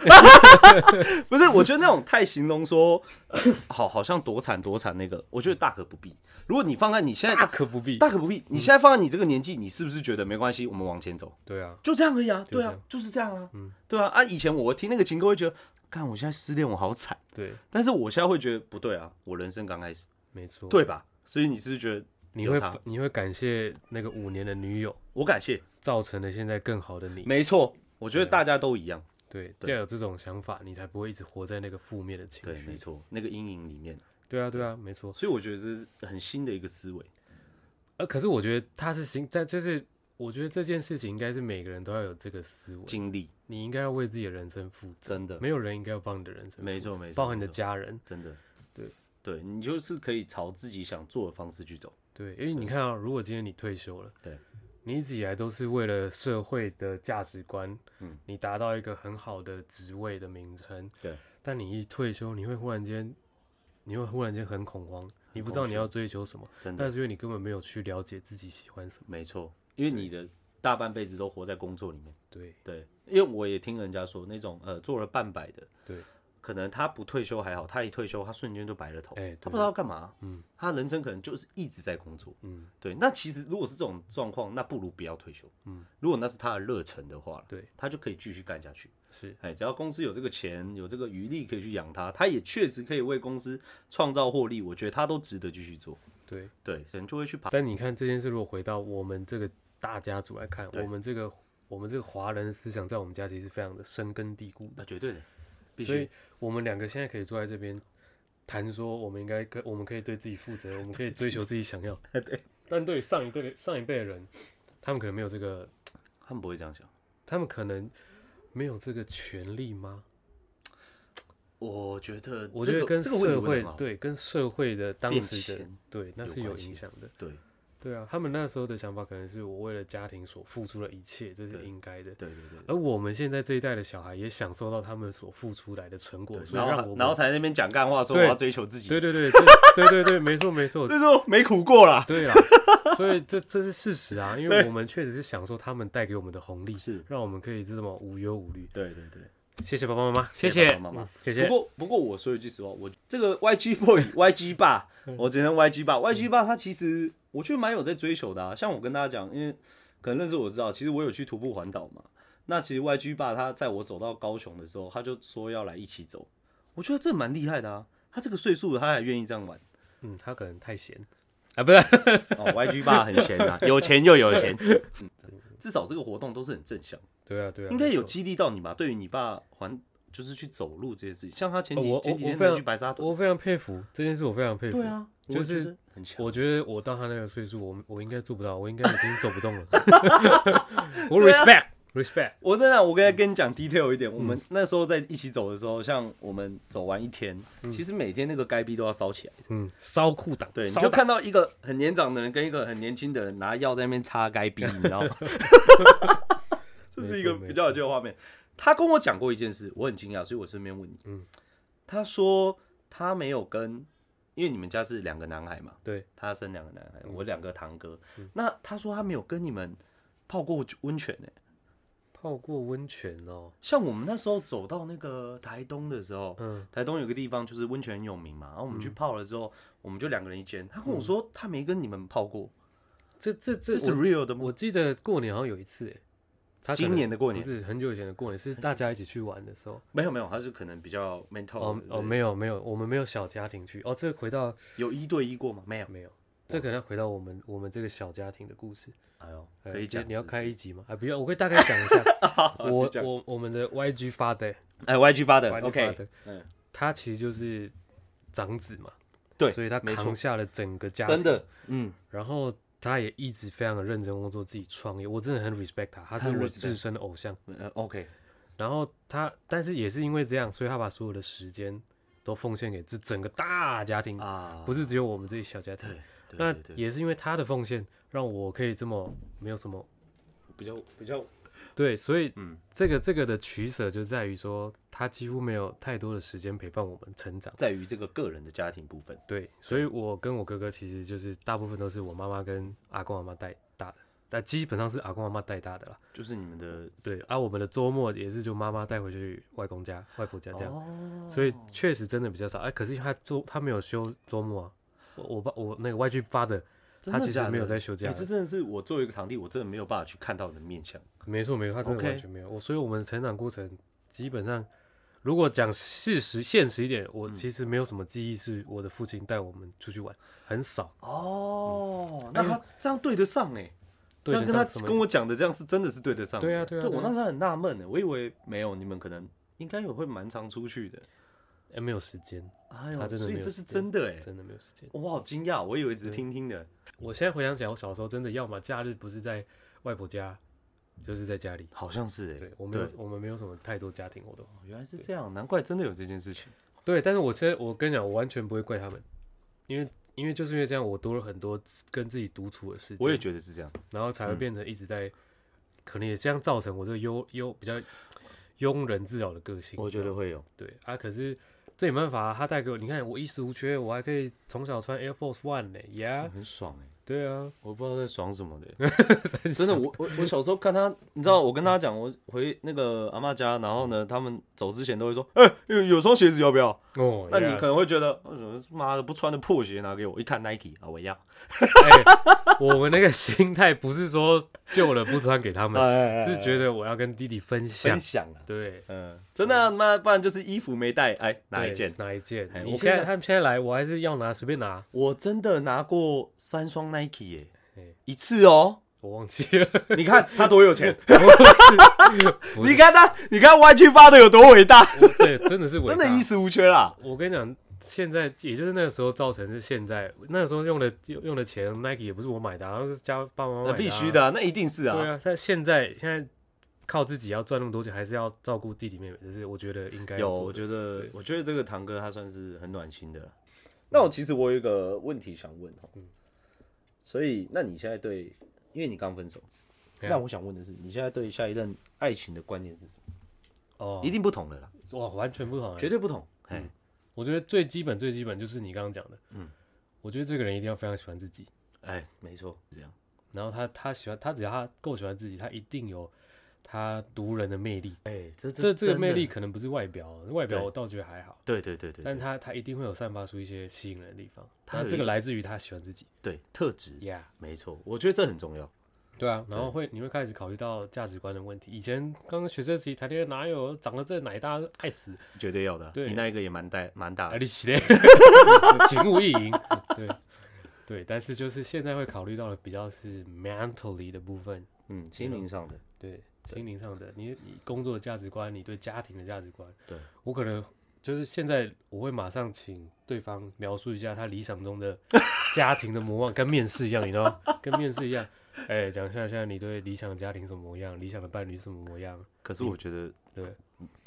B: 不是，我 <laughs> 觉得那种太形容说，呃好好像多惨多惨那个，我觉得大可不必。如果你放在你现在
A: 大可不必。嗯
B: 大可不必，你现在放在你这个年纪，你是不是觉得没关系？我们往前走，
A: 对啊，
B: 就这样而已啊，对
A: 就这样
B: 啊，就是这样啊，对啊啊！以前我听那个情歌会觉得，看我现在失恋，我好惨，
A: 对，
B: 但是我现在会觉得不对啊，我人生刚开始，
A: 没错。，
B: 对吧？所以你是不是觉得
A: 你
B: 有
A: 会
B: 差
A: 反你会感谢那个五年的女友，
B: 我感谢？
A: 造成了现在更好的你。
B: 没错，我觉得大家都一样，
A: 对，要有这种想法，你才不会一直活在那个负面的情
B: 对，
A: 绪
B: 没。错，那个阴影里面，
A: 对啊，对啊，没错。
B: 所以我觉得这是很新的一个思维，
A: 呃，可是我觉得他是行，但就是我觉得这件事情应该是每个人都要有这个思维，
B: 经历
A: 你应该要为自己的人生负责，
B: 真的
A: 没有人应该要帮你的人生负责，
B: 没错没错
A: 包含你
B: 没
A: 的
B: 错
A: 家人，
B: 真的，
A: 对
B: 对，你就是可以朝自己想做的方式去走，
A: 对，因为你看啊，如果今天你退休了，
B: 对，
A: 你一直以来都是为了社会的价值观，
B: 嗯，
A: 你达到一个很好的职位的名称，
B: 对，
A: 但你一退休，你会忽然间，你会忽然间很恐慌，你不知道
B: 空
A: 你
B: 虚嗯
A: 要追求什么，
B: 真的
A: 但是因为你根本没有去了解自己喜欢什么，
B: 没错，因为你的大半辈子都活在工作里面。
A: 对，
B: 对，因为我也听人家说，那种呃做了半百的，
A: 对，
B: 可能他不退休还好，他一退休，他瞬间就白了头，
A: 哎对
B: 他不知道干嘛，
A: 嗯，
B: 他人生可能就是一直在工作，
A: 嗯，
B: 对。那其实如果是这种状况，那不如不要退休，嗯，如果那是他的热忱的话，
A: 对，
B: 他就可以继续干下去，
A: 是
B: 哎，只要公司有这个钱，有这个余力可以去养他，他也确实可以为公司创造获利，我觉得他都值得继续做，
A: 对。
B: 对，人就会去爬，
A: 但你看这件事，如果回到我们这个大家族来看，
B: 对
A: 我们这个我们这个华人思想在我们家其实是非常的深根蒂固
B: 那
A: 的，
B: 绝对的，必
A: 所以
B: 须，
A: 我们两个现在可以坐在这边谈说，我们应该可我们可以对自己负
B: <laughs>
A: 责，我们可以追求自己想要。对。但对于上一辈的上一辈的人，他们可能没有这个，
B: 他们不会这样想。
A: 他们可能没有这个权利吗？
B: 我觉得这个，
A: 我觉得跟
B: 这个问题
A: 社
B: 问得
A: 会
B: 很好
A: 对跟社会的当
B: 变
A: 时的
B: 迁
A: 对那
B: 有
A: 是有
B: 关系
A: 影响的。
B: 对
A: 对啊，他们那时候的想法可能是我为了家庭所付出的一切，这是
B: 对
A: 应该的。
B: 对对对。
A: 而我们现在这一代的小孩也享受到他们所付出来的成果，所以
B: 然后
A: 让
B: 还
A: 我们
B: 然后才在那边讲干话，说我
A: 对
B: 要追求自己，
A: 对对对对对对对，没错
B: <laughs>
A: 没错，
B: 这时候没苦过啦。
A: 对啊，所以这这是事实啊，因为
B: 对
A: 我们确实是享受他们带给我们的红利，
B: 是
A: 让我们可以这么无忧无虑。
B: 对对对。
A: 谢谢爸爸妈妈，谢
B: 谢
A: 谢
B: 爸爸妈妈
A: 嗯谢
B: 不
A: 谢。
B: 过不过我说一句实话，我这个 YG boy <laughs> YG 爸，
A: 嗯
B: 我只能 YG 爸 YG 爸，他其实我觉得蛮有在追求的啊。像我跟大家讲，因为可能认识我知道，其实我有去徒步环岛嘛。那其实 YG 爸他在我走到高雄的时候，他就说要来一起走，我觉得这蛮厉害的啊。他这个岁数了，他还愿意这样玩。
A: 嗯，他可能太闲啊，不是
B: 哦，YG 爸很闲
A: <laughs>
B: 啊，有钱又有钱，嗯至少这个活动都是很正向，
A: 对啊对啊，
B: 应该有
A: 没错。
B: 激励到你吧？对于你爸还就是去走路这件事情，像他前
A: 哦我
B: 几
A: 我
B: 前几天
A: 我非
B: 才
A: 常
B: 去白沙屯，
A: 我非常佩服这件事，我非常佩服。
B: 对，啊，
A: 就
B: 我
A: 是
B: 觉得很强。
A: 我觉得我到他那个岁数，我我应该做不到，我应该已经走不动 <laughs> 了。我 <laughs> respect 啊 respect，
B: 我真的，啊我刚才跟你讲 detail 一点，我们那时候在一起走的时候，像我们走完一天，其实每天那个该逼都要烧起来。
A: 嗯，烧裤裆，
B: 对，你
A: 烧
B: 就看到一个很年长的人跟一个很年轻的人拿药在那边擦该逼，你知道 <laughs> 吗？这是一个比较有趣的画面。他跟我讲过一件事，我很惊讶，所以我顺便问你。
A: 嗯
B: 他说他没有跟，因为你们家是两个男孩嘛，
A: 对，
B: 他生两个男孩，我两个堂哥。那他说他没有跟你们泡过温泉欸呢、
A: 泡过温泉哦，
B: 像我们那时候走到那个台东的时候，
A: 嗯，
B: 台东有个地方就是温泉很有名嘛，然后我们去泡了之后，我们就两个人一间。他跟我说他没跟你们泡过，
A: 这这嗯这
B: 这是
A: 我
B: real 的吗？
A: 我记得过年好像有一次，哎他可能
B: 今年的过年
A: 不是很久以前的过年，是大家一起去玩的时候。
B: 没有没有，他是可能比较 mental
A: 哦
B: 的
A: 哦，
B: 对
A: 没有没有，我们没有小家庭去。哦，这个回到
B: 有一对一过吗？没有。哦
A: 没有，这可能要回到我们我们这个小家庭的故事。
B: 哎呦，
A: 呃
B: 可以
A: 这
B: 讲。
A: 你要
B: 是不是
A: 开一集吗？啊，不要，我可以大概讲
B: <laughs>
A: 一下。我
B: 你讲
A: 我我们的 YG 发的
B: 哎，YG 发的
A: YG 发
B: ，OK，
A: 的，
B: 嗯，
A: 他其实就是长子嘛，
B: 对，
A: 所以他
B: 没错
A: 扛，下了整个家庭。
B: 真的，嗯，
A: 然后他也一直非常的认真工作，自己创业，我真的很 respect 他，他是
B: 很
A: 我
B: respect
A: 自身的偶像。
B: 呃，OK，
A: 然后他，但是也是因为这样，所以他把所有的时间都奉献给这整个大家庭，
B: 啊，
A: 不是只有我们这些小家庭
B: 对。，对，
A: 那
B: 对对
A: 也是因为他的奉献，让我可以这么没有什么
B: 比较比较
A: 对，所以
B: 嗯，
A: 这个这个的取舍就在于说，他几乎没有太多的时间陪伴我们成长。
B: 在于这个个人的家庭部分。
A: 对，所以我跟我哥哥其实就是大部分都是我妈妈跟阿公阿妈带大的，但基本上是阿公阿妈带大的啦。
B: 就是你们的
A: 对，啊，我们的周末也是就妈妈带回去外公家、外婆家这样，哦所以
B: 嗯
A: 确实真的比较少。哎、可是因为他周他没有休周末啊，我我爸我那个外去发的，他其实没有在休假
B: 哎，这真的是我作为一个堂弟，我真的没有办法去看到你的面相。
A: 没错没错，他真的
B: OK
A: 完全没有。我所以我们成长过程基本上，如果讲事实现实一点，
B: 嗯
A: 我其实没有什么记忆是我的父亲带我们出去玩，很少。
B: 哦，那他这样对得上哎，这样
A: 嗯
B: 跟
A: 对得
B: 他
A: 上什么
B: 跟我讲的这样是真的是对得上的。
A: 对啊对啊对
B: 我
A: 啊
B: 那时候很纳闷欸呢，我以为没有，你们可能应该也会蛮常出去的。
A: 哎没有时间，
B: 哎
A: 他
B: 呦，
A: 真的
B: 所
A: 没
B: 以
A: 有
B: 这是
A: 时间
B: 真的哎，
A: 真的没有时间。
B: 我好惊讶，我以为只是听听的。
A: 我现在回想起来，我小时候真的要么假日不是在外婆家，就是在家里。
B: 好像是哎、
A: 对，我没有，我们没有什么太多家庭活动。
B: 哦原来是这样，难怪真的有这件事情。
A: 对，但是我现在我跟你讲，我完全不会怪他们，因为因为就是因为这样，我多了很多自跟自己独处的时
B: 我也
A: 间，
B: 觉嗯得是这样，
A: 然后才会变成一直在，可能也这样造成我这个庸庸比较庸人自扰的个性。
B: 我觉得会有。
A: 对啊，可是这也没办法、啊，他带给我，你看我衣食无缺，我还可以从小穿 Air Force One 呢、呀、
B: 很爽哎、
A: 对啊，
B: 我不知道在爽什么的、欸
A: <laughs>
B: 真的，我我我小时候看他，你知道，我跟他讲，我回那个阿妈家，然后呢，他们走之前都会说，哎、有有双鞋子要不要？
A: 哦，
B: 那你
A: yeah
B: 可能会觉得，呃妈的，不穿的破鞋拿给我，一看 Nike 啊，我要。
A: 哎，我们那个心态不是说旧了不穿给他们，
B: 哎
A: 嗯是觉得我要跟弟弟分享
B: 分。享啊，
A: 对，
B: 嗯，真的啊妈、不然就是衣服没带，哎，拿一件
A: 对？哪一件
B: 哎？
A: 你
B: 我跟
A: 现在
B: 他
A: 他们现在来，我还是要拿，随便拿。
B: 我真的拿过三双 Nike 耶、
A: 哎
B: 一次哦、
A: 我忘记了，
B: 你看他多有钱，
A: <laughs> 不是
B: 你看他，你看 YG 发的有多伟大，
A: 我对，真的是伟
B: 真
A: 大
B: 的衣。食无缺啦。
A: 我跟你讲，现在也就是那个时候造成是现在，那个时候用的用的钱，Nike 也不是我买的啊，然后是家爸爸妈妈
B: 那
A: 买啊
B: 必须的、。啊，那一定是
A: 对
B: 啊。
A: 啊，但现在现在靠自己要赚那么多钱，还是要照顾弟弟妹妹，这是我觉得应该
B: 有，
A: 要做
B: 我
A: 的
B: 觉得，我觉得这个堂哥他算是很暖心的嗯啦。那我其实我有一个问题想问哦，所以那你现在对，因为你刚分手，
A: 对啊
B: 那我想问的是，你现在对下一任爱情的观念是什么？
A: 哦
B: 一，定不同的啦，
A: 哇，完全不同啊，
B: 绝对不同。哎，
A: 我觉得最基本最基本就是你刚刚讲的，嗯，我觉得这个人一定要非常喜欢自己，
B: 哎，没错，是这样。
A: 然后他他喜欢他只要他够喜欢自己，他一定有他独人的魅力。
B: 哎，这
A: 这这个
B: 真
A: 魅
B: 的
A: 力，可能不是外表哦，外表
B: 对
A: 我倒觉得还好，
B: 对对对对，
A: 但
B: 对
A: 他他一定会有散发出一些吸引人的地方。
B: 他
A: 那
B: 有
A: 这
B: 一
A: 个来自于他喜欢自己
B: 对特质，
A: 呀
B: 没错，我觉得这很重要。
A: 对啊，然后会你会开始考虑到价值观的问题。以前刚学生时期谈恋爱哪有长得这奶大爱死，
B: 绝对要的啊，
A: 对
B: 你那一个也蛮大蛮大
A: 哎
B: 的，
A: 你
B: <laughs>
A: 起来，情物意淫， <laughs> 对对，但是就是现在会考虑到的比较是 mentally 的部分，
B: 嗯，心灵上的，
A: 对心灵上的，你你工作的价值观，你对家庭的价值观，
B: 对
A: 我可能就是现在我会马上请对方描述一下他理想中的家庭的模样，跟面试一样，你知
B: <laughs>
A: 道吗，跟面试一样，哎，讲一下现在你对理想的家庭什么模样，理想的伴侣什么模样，
B: 可是我觉得
A: 对，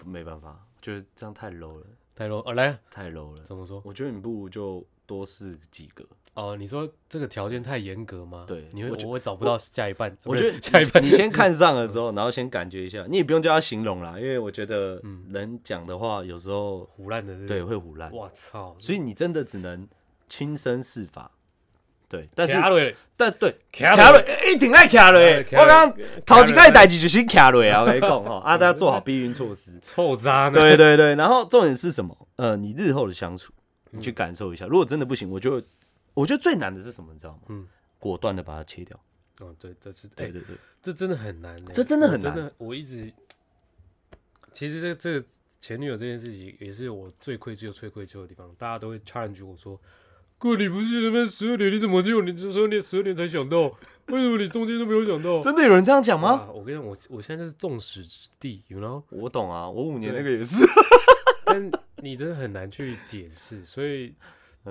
B: 没办法，觉得这样太 low 了，
A: 泰罗，哦，来
B: 太 low 了。
A: 怎么说？
B: 我觉得你不如就多试几个。
A: 哦，你说这个条件太严格吗？
B: 对
A: 你会
B: 我觉
A: 我会找不到下一半。
B: 我
A: 不
B: 觉
A: 是
B: 得
A: 下一半
B: 你你先看上了之后，然后先感觉一下，你也不用叫他形容啦，因为我觉得
A: 嗯
B: 人讲的话有时候
A: 胡乱的是不是
B: 对会胡乱，
A: 我操！
B: 所以你真的只能亲身试法。对，但是
A: 卡瑞
B: 但对，
A: 卡
B: 卡
A: 下
B: 瑞一定爱卡瑞，
A: 卡下
B: 我刚头一
A: 卡下
B: 个代志就是卡瑞啊，我跟你讲哦，啊，大家做好避孕措
A: <laughs>
B: 施。
A: 臭渣男，
B: 对对对，然后重点是什么？呃，你日后的相处，你
A: 嗯
B: 去感受一下。如果真的不行，我就我觉得最难的是什么，你知道吗？
A: 嗯
B: 果断的把它切掉。
A: 哦，对，这是
B: 对
A: 哎，
B: 对对，
A: 这真的很难欸，
B: 这真的
A: 我
B: 很难
A: 真的，我一直其实这这个前女友这件事情也是我最愧疚、最愧疚的地方。大家都会 challenge 我说：“哥，你不是那边十二点，你怎么就你十二点十二点才想到？为什么你中间都没有想到？”
B: <laughs> 真的有人这样讲吗？
A: 啊，我跟你讲，我我现在就是众矢之的，you know。 <laughs>
B: 我懂啊，我五年
A: 对
B: 那个也是。 <laughs>
A: 但你真的很难去解释，所以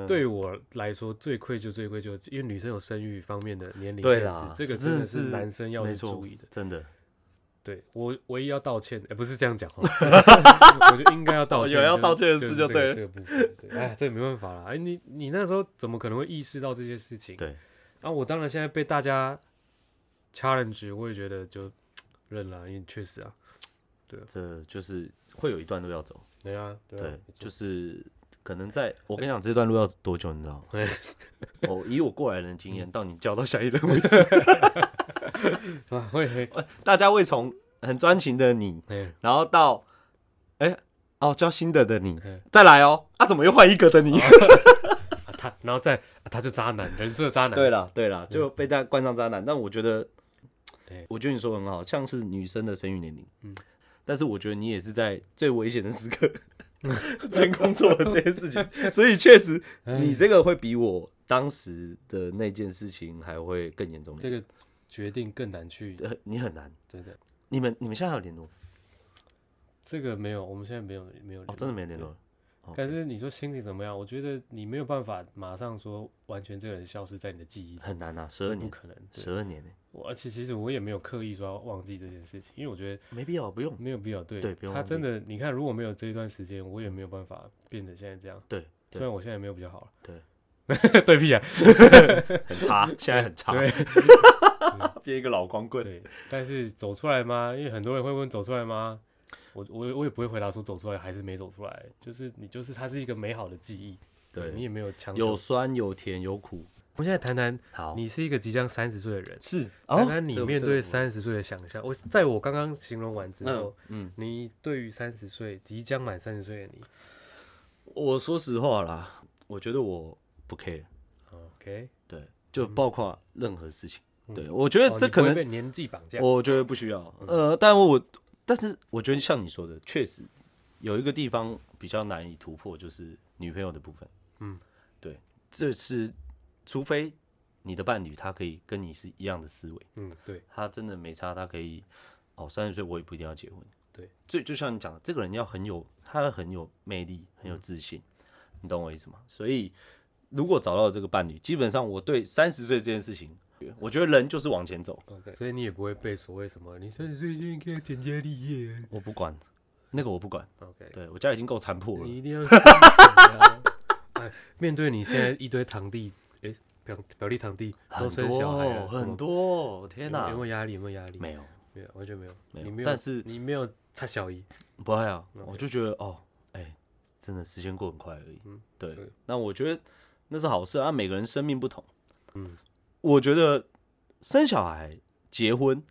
A: 对
B: 嗯
A: 我来说最愧疚、最愧疚，因为女生有生育方面的年龄限
B: 对
A: 制
B: 啦，，
A: 这个
B: 真
A: 真
B: 的
A: 的是男生要
B: 没
A: 去
B: 错
A: 注意的。
B: 真的。
A: 对我唯一要道歉，哎、不是这样
B: <laughs>
A: 讲哦，我觉得应该要道歉，
B: 哦有要
A: 就是
B: 道歉的事
A: 就
B: 就对
A: 是
B: 了
A: 这个这个部分，对哎，这没办法啦，哎，你你那时候怎么可能会意识到这些事情？
B: 对，
A: 啊，我当然现在被大家 challenge，我也觉得就认了，因为确实啊，
B: 这就是会有一段路要走。
A: 对啊，对
B: 对
A: 啊，没，错
B: 就是可能在我跟你讲，这段路要多久，你知道吗？
A: 哎
B: <laughs> 哦，以我过来人的经验，到你交到下一任为止， <laughs>
A: 啊， <laughs> 会会，
B: 大家会从很专情的你，
A: 哎，
B: 然后到哎、哦交新的的你
A: 嗯，
B: 再来哦，啊怎么又换一个的你？
A: 啊他，然后再啊他就渣男，人设渣男，
B: 对了对了，就被大家冠上渣男。但我觉得
A: 哎，
B: 我觉得你说得很好，像是女生的生育年龄，嗯，但是我觉得你也是在最危险的时刻
A: 嗯
B: <laughs> 成功做了这件事情， <laughs> 所以确实
A: 哎
B: 你这个会比我当时的那件事情还会更严重一
A: 这
B: 点。
A: 个决定更难去，
B: 呃，你很难，
A: 真的，
B: 你们你们现在还有联络吗？
A: 这个没有，我们现在没有没有
B: 哦，
A: 联
B: 真的
A: 络
B: 没联络了。
A: 但是你说心情怎么样？我觉得你没有办法马上说完全这个人消失在你的记忆上，
B: 很难啊，十二
A: 不
B: 年，
A: 可能。对
B: 十二年欸呢，
A: 我而且其实我也没有刻意说要忘记这件事情，因为我觉得
B: 没必要，不用。
A: 没有必要。对，
B: 对不用
A: 他
B: 忘记
A: 真的，你看如果没有这一段时间，我也没有办法变成现在这样。
B: 对，
A: 虽然我现在没有比较好了，
B: 对，
A: <laughs> 对屁啊，
B: 很差，现在很差， <laughs>
A: 对
B: 变一个老光棍。
A: 对。但是走出来吗？因为很多人会问走出来吗？我我也我也不会回答说走出来还是没走出来，就是你就是它是一个美好的记忆，
B: 对
A: 你也没有强求。
B: 有酸有甜有苦。
A: 我们现在谈谈
B: 好，
A: 你是一个即将三十岁的人，
B: 是
A: 谈谈
B: 哦
A: 你
B: 这个
A: 面
B: 这嗯个
A: 对
B: 我
A: 三十岁的想象。我在我刚刚形容完之后，
B: 嗯，
A: 你对于三十岁即将满三十岁的你
B: 我说实话啦，我觉得我不 care，
A: ，OK，
B: 对，就包括任何事情，
A: 嗯
B: 对我觉
A: 哦
B: 得这
A: 你
B: 可
A: 不
B: 能、
A: 会被嗯年纪绑架。
B: 我觉得不需要，呃，但我但是我觉得像你说的，确实有一个地方比较难以突破，就是女朋友的部分，
A: 嗯，
B: 对，这是除非你的伴侣他可以跟你是一样的思维，
A: 嗯，对，
B: 他真的没差，他可以哦，三十岁我也不一定要结婚。
A: 对，
B: 最就像你讲的，这个人要很有，他很有魅力，很有自信，你懂我意思吗？所以如果找到这个伴侣，基本上我对三十岁这件事情，我觉得人就是往前走，
A: OK，所以你也不会被所谓什么你三十岁就应该要成家立业
B: 我不管那个我不管，
A: ，OK，
B: 对我家已经够残破了
A: 你。一定要升职啊！ <laughs> 哎，面对你现在一堆堂弟，诶，表表弟堂弟都
B: 很
A: 生小孩
B: 多
A: 了，怎么
B: 很多，天哪
A: 有没，有压力？有没有压力？
B: 没有
A: 没有，完全没有。
B: 没
A: 你
B: 有
A: 没有，
B: 但是
A: 你没有差小姨，
B: 不会啊，
A: OK
B: 我就觉得哦，哎、真的时间过很快而已。
A: 嗯
B: 对
A: 对，
B: 那我觉得那是好事啊。每个人生命不同，
A: 嗯，
B: 我觉得生小孩、结婚，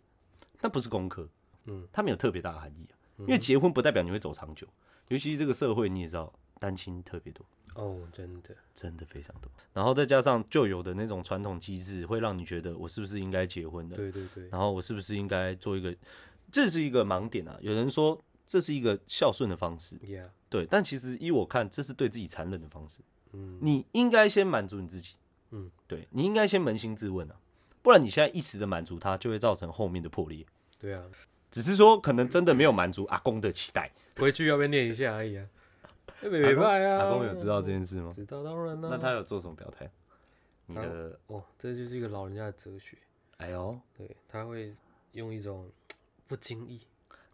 B: 那不是功课，
A: 嗯，
B: 它没有特别大的含义啊。因为结婚不代表你会走长久，尤其这个社会你也知道，单亲特别多，
A: 哦，真的，
B: 真的非常多。然后再加上旧有的那种传统机制，会让你觉得我是不是应该结婚的？
A: 对对对，
B: 然后我是不是应该做一个？这是一个盲点啊！有人说这是一个孝顺的方式，
A: Yeah，
B: 对，但其实依我看，这是对自己残忍的方式。
A: 嗯，
B: 你应该先满足你自己，
A: 嗯，
B: 对你应该先扪心自问啊，不然你现在一时的满足他，就会造成后面的破裂。
A: 对啊，
B: 只是说，可能真的没有满足阿公的期待。
A: 回去要不要念一下而
B: <laughs>
A: 已啊？那没没办啊，
B: 阿公有知道这件事吗？
A: 知道当然啦、
B: 那他有做什么表态？你的，
A: 哦，这就是一个老人家的哲学，
B: 哎呦，
A: 对他会用一种不经意，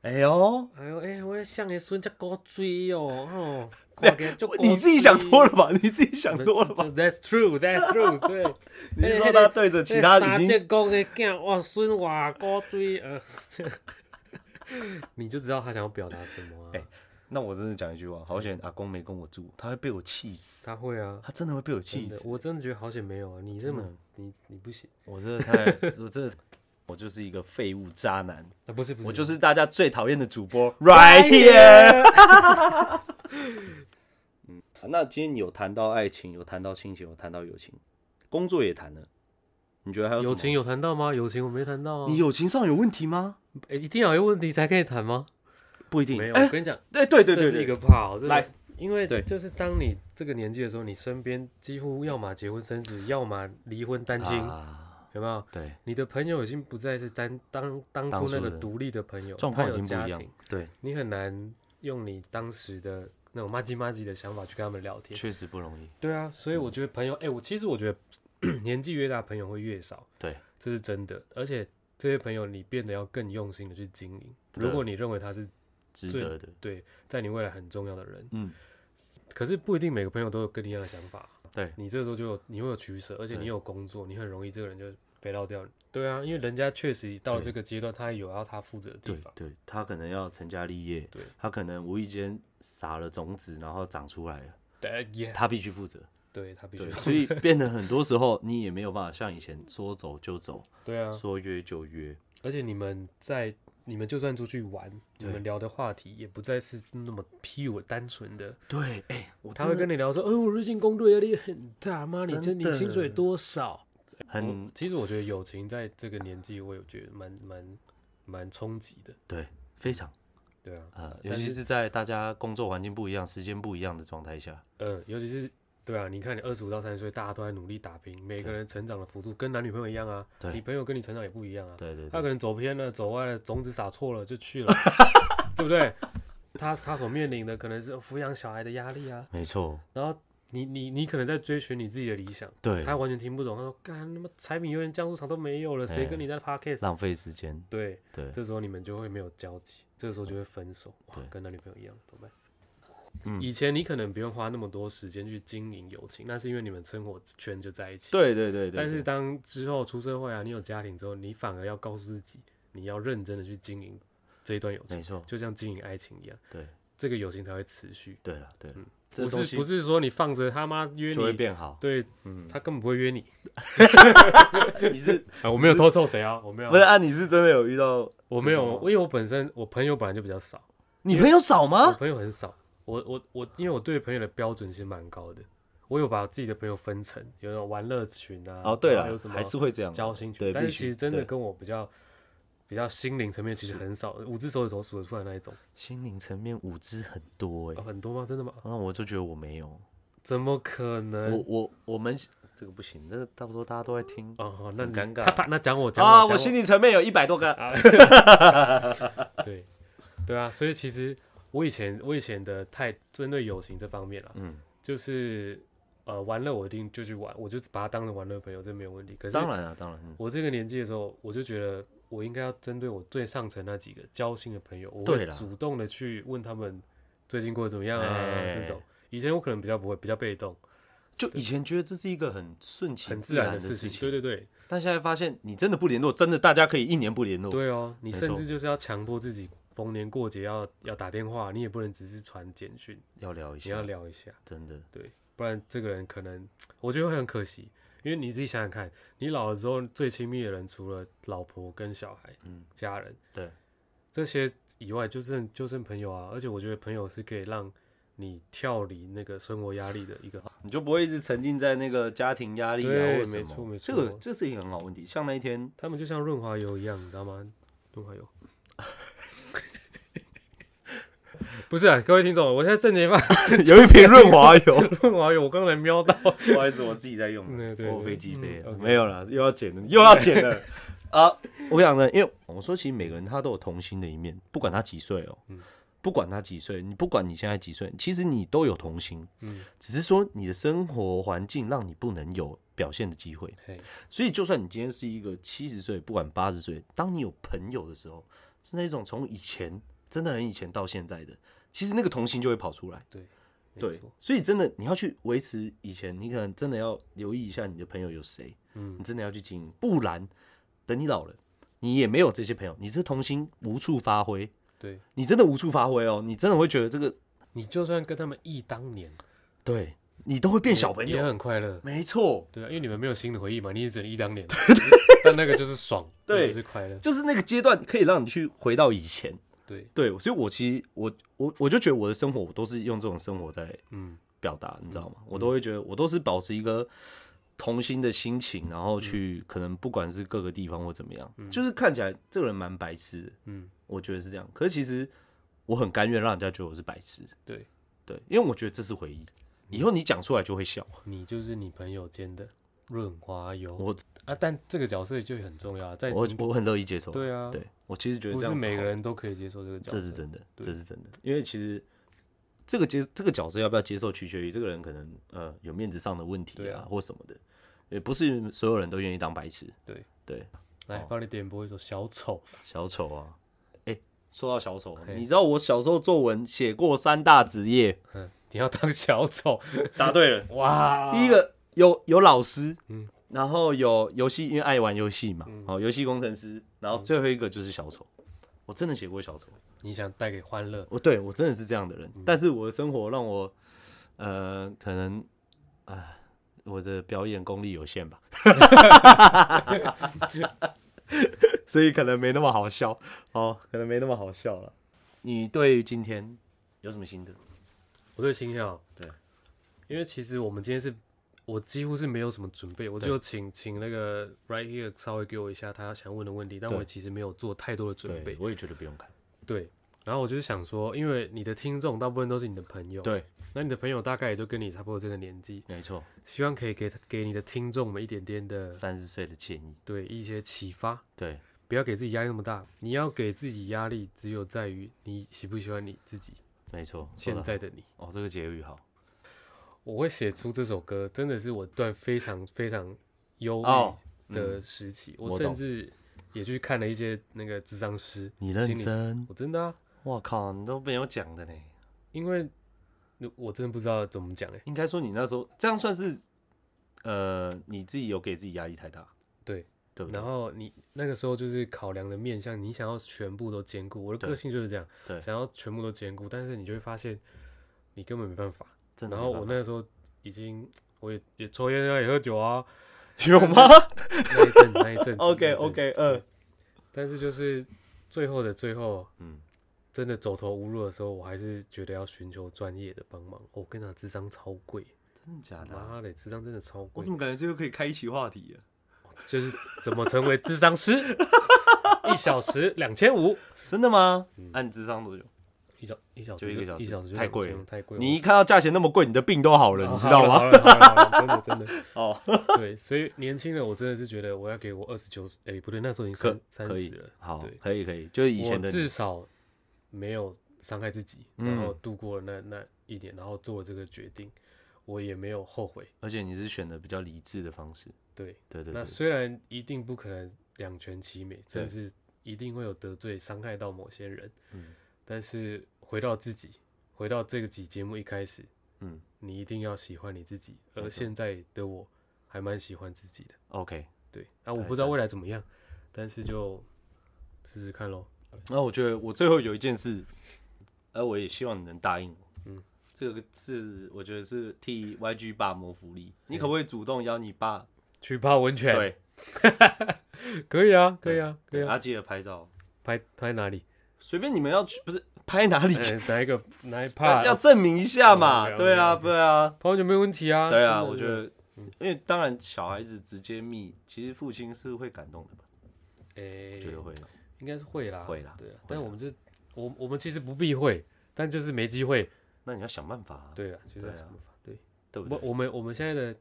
B: 哎呦，
A: 哎呦哎、我的像爷孙家高追哦，
B: <laughs>
A: 哦，看起来就
B: 你自己想多了吧？你自己想
A: 这
B: 多了吧？
A: 这？That's <laughs> true, that's true，对。
B: 你是说他对着 <laughs> 其他
A: 三
B: 已
A: 节
B: 经
A: 公的囝，哇，孙哇高追，呃， <laughs> 这你就知道他想要表达什么啊？
B: 哎那我真的讲一句话，好险阿公没跟我住，他会被我气死，
A: 他会啊，
B: 他真的会被我气
A: 真的
B: 死，。
A: 我真的觉得好险没有啊！你这么
B: 真的
A: 你你不行
B: 我真的太，我真的，我就是一个废物渣男，
A: 啊！不是不是，
B: 我就是大家最讨厌的主
A: <laughs>
B: 播，right here。嗯，那今天有谈到爱情，有谈到亲情，有谈到友情，工作也谈了，你觉得还有什么
A: 友情？有谈到吗？友情我没谈到啊。
B: 你友情上有问题吗？
A: 诶一定要有问题才可以谈吗？
B: 不一定。
A: 没有，
B: 哎
A: 我，跟你讲，
B: 对对对
A: 这
B: 对
A: 是一
B: 对，
A: 个 part 这是
B: 来，
A: 因为
B: 对
A: 就是当你这个年纪的时候，你身边几乎要么结婚生子，要么离婚单亲，
B: 啊，
A: 有没有？
B: 对，
A: 你的朋友已经不再是单当当
B: 当
A: 初那
B: 初
A: 个
B: 的
A: 独立的朋友，
B: 状
A: 他
B: 况已
A: 有
B: 经不
A: 家
B: 一样
A: 庭，，
B: 对，
A: 你很难用你当时的那种妈唧妈唧的想法去跟他们聊天。
B: 确实不容易，
A: 对啊，所以我觉得朋友，哎、我其实我觉得 <clears throat> 年纪越大，朋友会越少，
B: 对，
A: 这是真的。而且这些朋友，你变得要更用心的去经营。
B: 对
A: 如果你认为他是
B: 值
A: 最
B: 得的，
A: 对，在你未来很重要的人，
B: 嗯，
A: 可是不一定每个朋友都有跟你一样的想法。
B: 对
A: 你这时候就有你会有取舍，而且
B: 对
A: 你有工作，你很容易这个人就肥皂掉你。对啊，因为人家确实到了这个阶段，他有要他负责的地
B: 对
A: 方。
B: 对，他可能要成家立业，
A: 对
B: 他可能无意间撒了种子，然后长出来了，
A: 对，也
B: 他必须负责。
A: 对他必须 <laughs>
B: 对，。所以变得很多时候你也没有办法像以前说走就走，
A: 对啊，
B: 说约就约。
A: 而且你们在你们就算出去玩，你们聊的话题也不再是那么 pure 单纯的，
B: 对，哎、我
A: 他
B: 真
A: 会
B: 的
A: 跟你聊说，哦，我最近工作压力很大，妈，你这
B: 真
A: 你
B: 的
A: 薪水多少？
B: 很
A: 我其实我觉得友情在这个年纪，我有觉得蛮蛮蛮冲击的，
B: 对，非常
A: 对啊，
B: 呃，尤
A: 但
B: 其
A: 是
B: 是在大家工作环境不一样、时间不一样的状态下，
A: 嗯，尤其是对啊，你看你二十五到三十岁，大家都在努力打拼，每个人成长的幅度跟男女朋友一样啊，
B: 对
A: 你朋友跟你成长也不一样啊，
B: 对对
A: 他可
B: 对，
A: 能走偏了、走歪了，种子撒错了就
B: <laughs>
A: 去了，对不对？他他所面临的可能是抚养小孩的压力啊，
B: 没错，
A: 然后你你你可能在追寻你自己的理想，
B: 对，
A: 他完全听不懂，他说干他妈柴米油盐酱醋茶都没有了，谁
B: 哎
A: 跟你在 podcast？、
B: 浪费时间，
A: 对，
B: 对，
A: 这时候你们就会没有交集，这个时候就会分手，哇
B: 对，
A: 跟男女朋友一样，怎么办？
B: 嗯
A: 以前你可能不用花那么多时间去经营友情，那是因为你们生活圈就在一起。
B: 对对对对，
A: 但
B: 对
A: 是当之后出社会啊，你有家庭之后，你反而要告诉自己，你要认真的去经营这一段友情
B: 没，错，
A: 就像经营爱情一样，
B: 对
A: 这个友情才会持续。
B: 对了对了，这
A: 嗯不
B: 东
A: 是
B: 西
A: 不是说你放着他妈约
B: 就会
A: 你，。
B: 变好嗯
A: 对，他根本不会约你
B: 你是
A: <laughs> 啊！我没有偷臭谁 <laughs> 啊，我没有
B: 不，是啊？你是真的有遇到
A: 我没有
B: 这，种吗
A: 因为我本身我朋友本来就比较少，
B: 你朋友少
A: 我
B: 吗？
A: 朋友很少。我我我，因为我对朋友的标准其实蛮高的，我有把自己的朋友分成有那种玩乐群啊，
B: 哦，对
A: 然后
B: 了
A: 有什，么
B: 还是会这样。
A: 交心群，
B: 对
A: 但是
B: 必
A: 其
B: 须
A: 实真的
B: 对
A: 跟我比较比较心灵层面其实很少，五只手指头数得出来那一种、
B: 心灵层面五知很多哎
A: 哦，很多吗？真的吗？
B: 那我就觉得我没有，
A: 怎么可
B: 我
A: 能？
B: 我我们这个不行，这个到时候大家都在听
A: 哦，好那
B: 很
A: 你
B: 尴尬
A: 啪啪那讲我讲
B: 啊。
A: 我
B: 我
A: 讲
B: 心灵层面有一百多个，
A: 我对对啊，所以其实我以前我以前的态针对友情这方面啦，
B: 嗯，
A: 就是呃玩乐我一定就去玩，我就把它当成玩乐朋友，这没有问题。可是
B: 当然了，当然，嗯
A: 我这个年纪的时候，我就觉得我应该要针对我最上层那几个交心的朋友，我
B: 对
A: 会
B: 啦
A: 主动的去问他们最近过得怎么样啊、
B: 哎
A: 这种。以前我可能比较不会，比较被动，
B: 就以前觉得这是一个很顺其
A: 很
B: 自
A: 自然的
B: 的
A: 事
B: 情，
A: 对对对
B: 但现在发现你真的不联络，真的大家可以一年不联络，
A: 对哦，你
B: 没
A: 甚
B: 错
A: 至就是要强迫自己逢年过节要要打电话，你也不能只是传简讯，
B: 要聊一
A: 你要
B: 下，
A: 聊一下，
B: 真的，
A: 不然这个人可能我觉得会很可惜。因为你自己想想看，你老了之后最亲密的人除了老婆跟小孩、
B: 嗯，
A: 家人，
B: 对，
A: 这些以外，就剩就剩朋友啊。而且我觉得朋友是可以让你跳离那个生活压力的一个。
B: 啊你就不会一直沉浸在那个家庭压力啊，
A: 对
B: 或什么
A: 没错没错
B: 这个这是一个很好的问题。像那一天，
A: 他们就像润滑油一样，你知道吗？润滑油。 <laughs> 不是啊，各位听众，我现在正经发
B: <laughs> 有一瓶润滑油，
A: <laughs> 润滑油，我刚才瞄到。
B: <laughs> 不好意思，我自己在用
A: 嗯
B: 的，
A: 对
B: 我有
A: 对
B: 飞机杯
A: 嗯，OK
B: 没有了，又要剪了， <laughs> 又要剪
A: <laughs>
B: 了啊！我想呢，因为我说，其实每个人他都有童心的一面，不管他几岁哦
A: 嗯，
B: 不管他几岁，你不管你现在几岁，其实你都有童心，
A: 嗯，
B: 只是说你的生活环境让你不能有表现的机会。
A: 嘿，
B: 所以，就算你今天是一个七十岁，不管八十岁，当你有朋友的时候，是那种从以前真的很以前到现在的，其实那个童心就会跑出来。
A: 没
B: 对
A: 错，，
B: 所以真的你要去维持以前，你可能真的要留意一下你的朋友有谁，
A: 嗯
B: 你真的要去经营，不然等你老了，你也没有这些朋友，你这童心无处发挥，
A: 对，
B: 你真的无处发挥哦，你真的会觉得这个
A: 你就算跟他们忆当年，
B: 对你都会变小朋
A: 也
B: 友，
A: 很快乐。
B: 没错，
A: 对啊，因为你们没有新的回忆嘛，你也只能
B: <laughs>
A: 忆当年。但那个就是爽，
B: 对
A: 那就是快乐。
B: 就是那个阶段可以让你去回到以前，
A: 对，
B: 对，所以我其实我我我就觉得我的生活我都是用这种生活在
A: 嗯，
B: 表达，你知道吗？我都会觉得我都是保持一个童心的心情，然后去、
A: 嗯
B: 可能不管是各个地方或怎么样，就是看起来这个人蛮白痴的，
A: 嗯，
B: 我觉得是这样。可是其实我很甘愿让人家觉得我是白痴，
A: 对，嗯
B: 对，因为我觉得这是回忆，以后你讲出来就会笑。
A: 你就是你朋友间的润滑油。
B: 我
A: 啊，但这个角色就很重要啊，在
B: 我
A: 你
B: 我很乐意接受，
A: 对啊，
B: 对我其实觉得
A: 不
B: 这
A: 是
B: 样
A: 每
B: 好
A: 个
B: 的
A: 人都可以接受这个角色，
B: 这是真的，
A: 对
B: 这是真的，因为其实这个接这个角色要不要接受，取决于这个人可能呃有面子上的问题
A: 对
B: 啊
A: 啊
B: 或什么的，也不是所有人都愿意当白痴。
A: 对
B: 对，哦
A: 来，帮你点播一首《小丑》，
B: 小丑啊，哎、说到小丑，
A: 嘿
B: 你知道我小时候作文写过三大职业，
A: 嗯，你要当小丑，
B: <laughs> 答对了，
A: 哇，
B: 第一个有有老师，
A: 嗯
B: 然后有游戏，因为爱玩游戏嘛，哦，游戏工程师，然后最后一个就是小丑，我真的写过小丑，
A: 你想带给欢乐，
B: 我哦对我真的是这样的人，但是我的生活让我，呃，可能，啊，我的表演功力有限吧， <laughs> 所以可能没那么好笑，哦，可能没那么好笑了。你对于今天有什么心得？
A: 我对倾向
B: 对，
A: 因为其实我们今天是我几乎是没有什么准备，我就请请那个 right here 稍微给我一下他想问的问题，但
B: 对
A: 我其实没有做太多的准备。
B: 我也觉得不用看。
A: 对，然后我就是想说，因为你的听众大部分都是你的朋友，
B: 对，
A: 那你的朋友大概也就跟你差不多这个年纪，
B: 没错，
A: 希望可以给给你的听众们一点点的
B: 三十岁的建议，
A: 对一些启发，
B: 对，
A: 不要给自己压力那么大。你要给自己压力，只有在于你喜不喜欢你自己
B: 没错。
A: 现
B: 说得
A: 在的你。
B: 好哦，这个结语好。
A: 我会写出这首歌，真的是我段非常非常忧
B: 哦
A: 郁的时期。我
B: 我
A: 甚
B: 懂
A: 至也去看了一些那个智商师，
B: 你认
A: 心理
B: 真？
A: 我真的啊，
B: 我靠，你都没有讲的呢。
A: 因为我真的不知道怎么讲哎、
B: 应该说你那时候这样算是，呃，你自己有给自己压力太大，
A: 对，
B: 对不对
A: 然？后你那个时候就是考量的面向，你想要全部都兼顾。我的
B: 对
A: 个性就是这样，
B: 对
A: 想要全部都兼顾，但是你就会发现你根本没办法。
B: 真的
A: 然
B: 没
A: 后
B: 办
A: 我
B: 法
A: 那个时候已经，我也也抽烟啊，也喝酒啊，
B: 有吗
A: 那一阵那一阵子
B: <laughs> ？OK
A: 那一阵子
B: OK，嗯，
A: 但是就是最后的最后，
B: 嗯，
A: 真的走投无路的时候，我还是觉得要寻求专业的帮忙。哦我跟你讲，智商超贵，
B: 真的假的啊？
A: 妈的，嗯智商真的超
B: 我
A: 贵
B: 怎，么感觉这个可以开启话题啊？
A: 就是怎么成为智商师，
B: <laughs>
A: 一小时两千五，
B: 真的吗？
A: 嗯
B: 按智商多久？
A: 一小一小时
B: 就一个小
A: 小
B: 时
A: 一小时就
B: 太贵
A: 2500
B: 了
A: 太贵了。
B: 你一看到价钱那么贵，你的病都好了，
A: 哦
B: 你知道吗？
A: 好了好了好了好了真的真的
B: 哦，
A: 对，所以年轻人我真的是觉得我要给我二十九，哎，不对，那时候已经
B: 可
A: 三三
B: 可
A: 十
B: 以
A: 了，，
B: 好
A: 对，
B: 可以可以，就是以前
A: 我
B: 的
A: 至
B: 你，嗯
A: 少没有伤害自己，然后度过了那那一年，然后做了这个决定，我也没有后悔。
B: 而且你是选的比较理智的方式，
A: 对，
B: 对对
A: 那
B: 对，
A: 虽然一定不可能两全其美，甚至一定会有得罪、伤害到某些人，
B: 嗯
A: 但是回到自己，回到这个集节目一开始，
B: 嗯
A: 你一定要喜欢你自己。而
B: 没错
A: 现在的我还蛮喜欢自己的，
B: ，OK。
A: 对。啊，
B: 太
A: 我不知道
B: 赞
A: 未来怎么样，但是就试试看喽。
B: 那我觉得我最后有一件事，而我也希望你能答应我。
A: 嗯
B: 嗯，这个是我觉得是替 YG 爸谋福利，你可不可以主动邀你爸？
A: 去泡温泉，
B: 对，
A: 可以啊，可
B: 对
A: 以啊，可以
B: 对，
A: 啊。
B: 阿基的拍照，
A: 拍拍哪里？
B: 随便你们要去，不是拍哪里？
A: 哎，哪一个哪一趴
B: 要？证明一下嘛。
A: 哦，OK，OK，OK
B: 对啊，对啊，
A: 泡温泉没有问题啊。
B: 对啊，
A: 真的嗯
B: 我觉，得。因为当然，小孩子直接密，其实父亲是会感动的吧？
A: 哎
B: 我，觉得会，
A: 应该是会啦，
B: 会啦
A: 对啦。
B: 会
A: 但
B: 啦
A: 我们就我我们其实不避讳，但就是没机会。
B: 那你要想办法啊，
A: 对啦，就是
B: 对
A: 要
B: 啊
A: 想办法。对，
B: 对不
A: 我
B: 对？
A: 我们我们现在的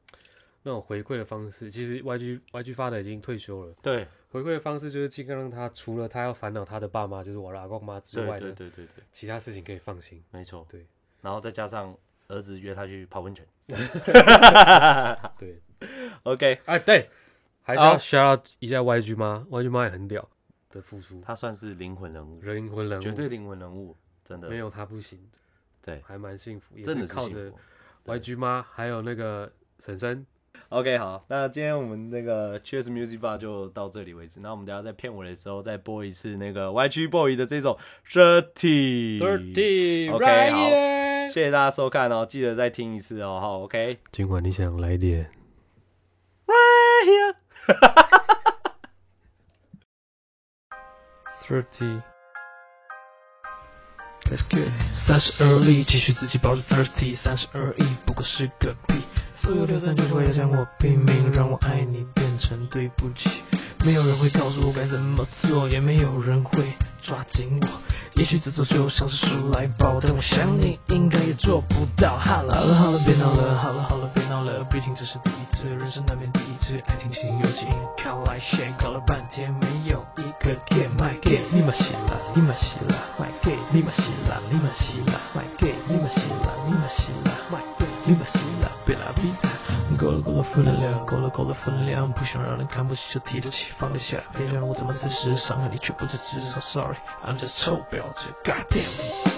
A: 那种回馈的方式，其实 YG YG 发的已经退休了，
B: 对
A: 回馈的方式就是尽量让他除了他要烦恼他的爸妈，就是我的阿公妈之
B: 对
A: 外
B: 对
A: 呢，
B: 对对对，
A: 其他事情可以放心。
B: 没错。
A: 对
B: 然后再加上儿子约他去泡温泉
A: 对，
B: <laughs> ，OK，
A: 哎对，还是要
B: 好
A: shout out 一下 YG 妈，YG 妈也很屌的付出，
B: 他算是灵魂人物，
A: 人魂人物
B: 绝对灵魂人物，真的
A: 没有他不行，
B: 对
A: 还蛮幸福，也
B: 真的
A: 是
B: 是
A: 靠
B: 幸
A: 着
B: 福。
A: YG 妈还有那个婶婶，
B: OK，好，那今天我们那个 Cheers Music Bar 就到这里为止。那我们等一下在片尾的时候再播一次那个 YG Boy 的这首 Dirty
A: Dirty
B: OK，好
A: Ryan。
B: 谢谢大家收看哦，记得再听一次哦。好，OK。
A: 今晚你想来点？
B: <laughs>
C: Thirty。That's good。三十而立，继续自己保持 thirsty。三十而已，不过是个屁。所有流散就是为了将我拼命，让我爱你变成对不起。没有人会告诉我该怎么做，也没有人会抓紧我。也许这周就像是数来宝，但我想你应该也做不到。好了好了好了，别闹了，好了好了，别闹了，毕竟这是第一次，人生难免第一次，爱情情友情靠来线，搞了半天没有一个 get my get，立马醒了，立马醒了，my get，立马醒了，立马醒了，my get，立马醒了，立马醒了，my get，立马醒了，别拉逼他。够了够了负能量，够了够了负能量，不想让人看不起就提得起放得下，别让我怎么自私，伤害你却不自知，so sorry，I'm just 臭婊子，god damn。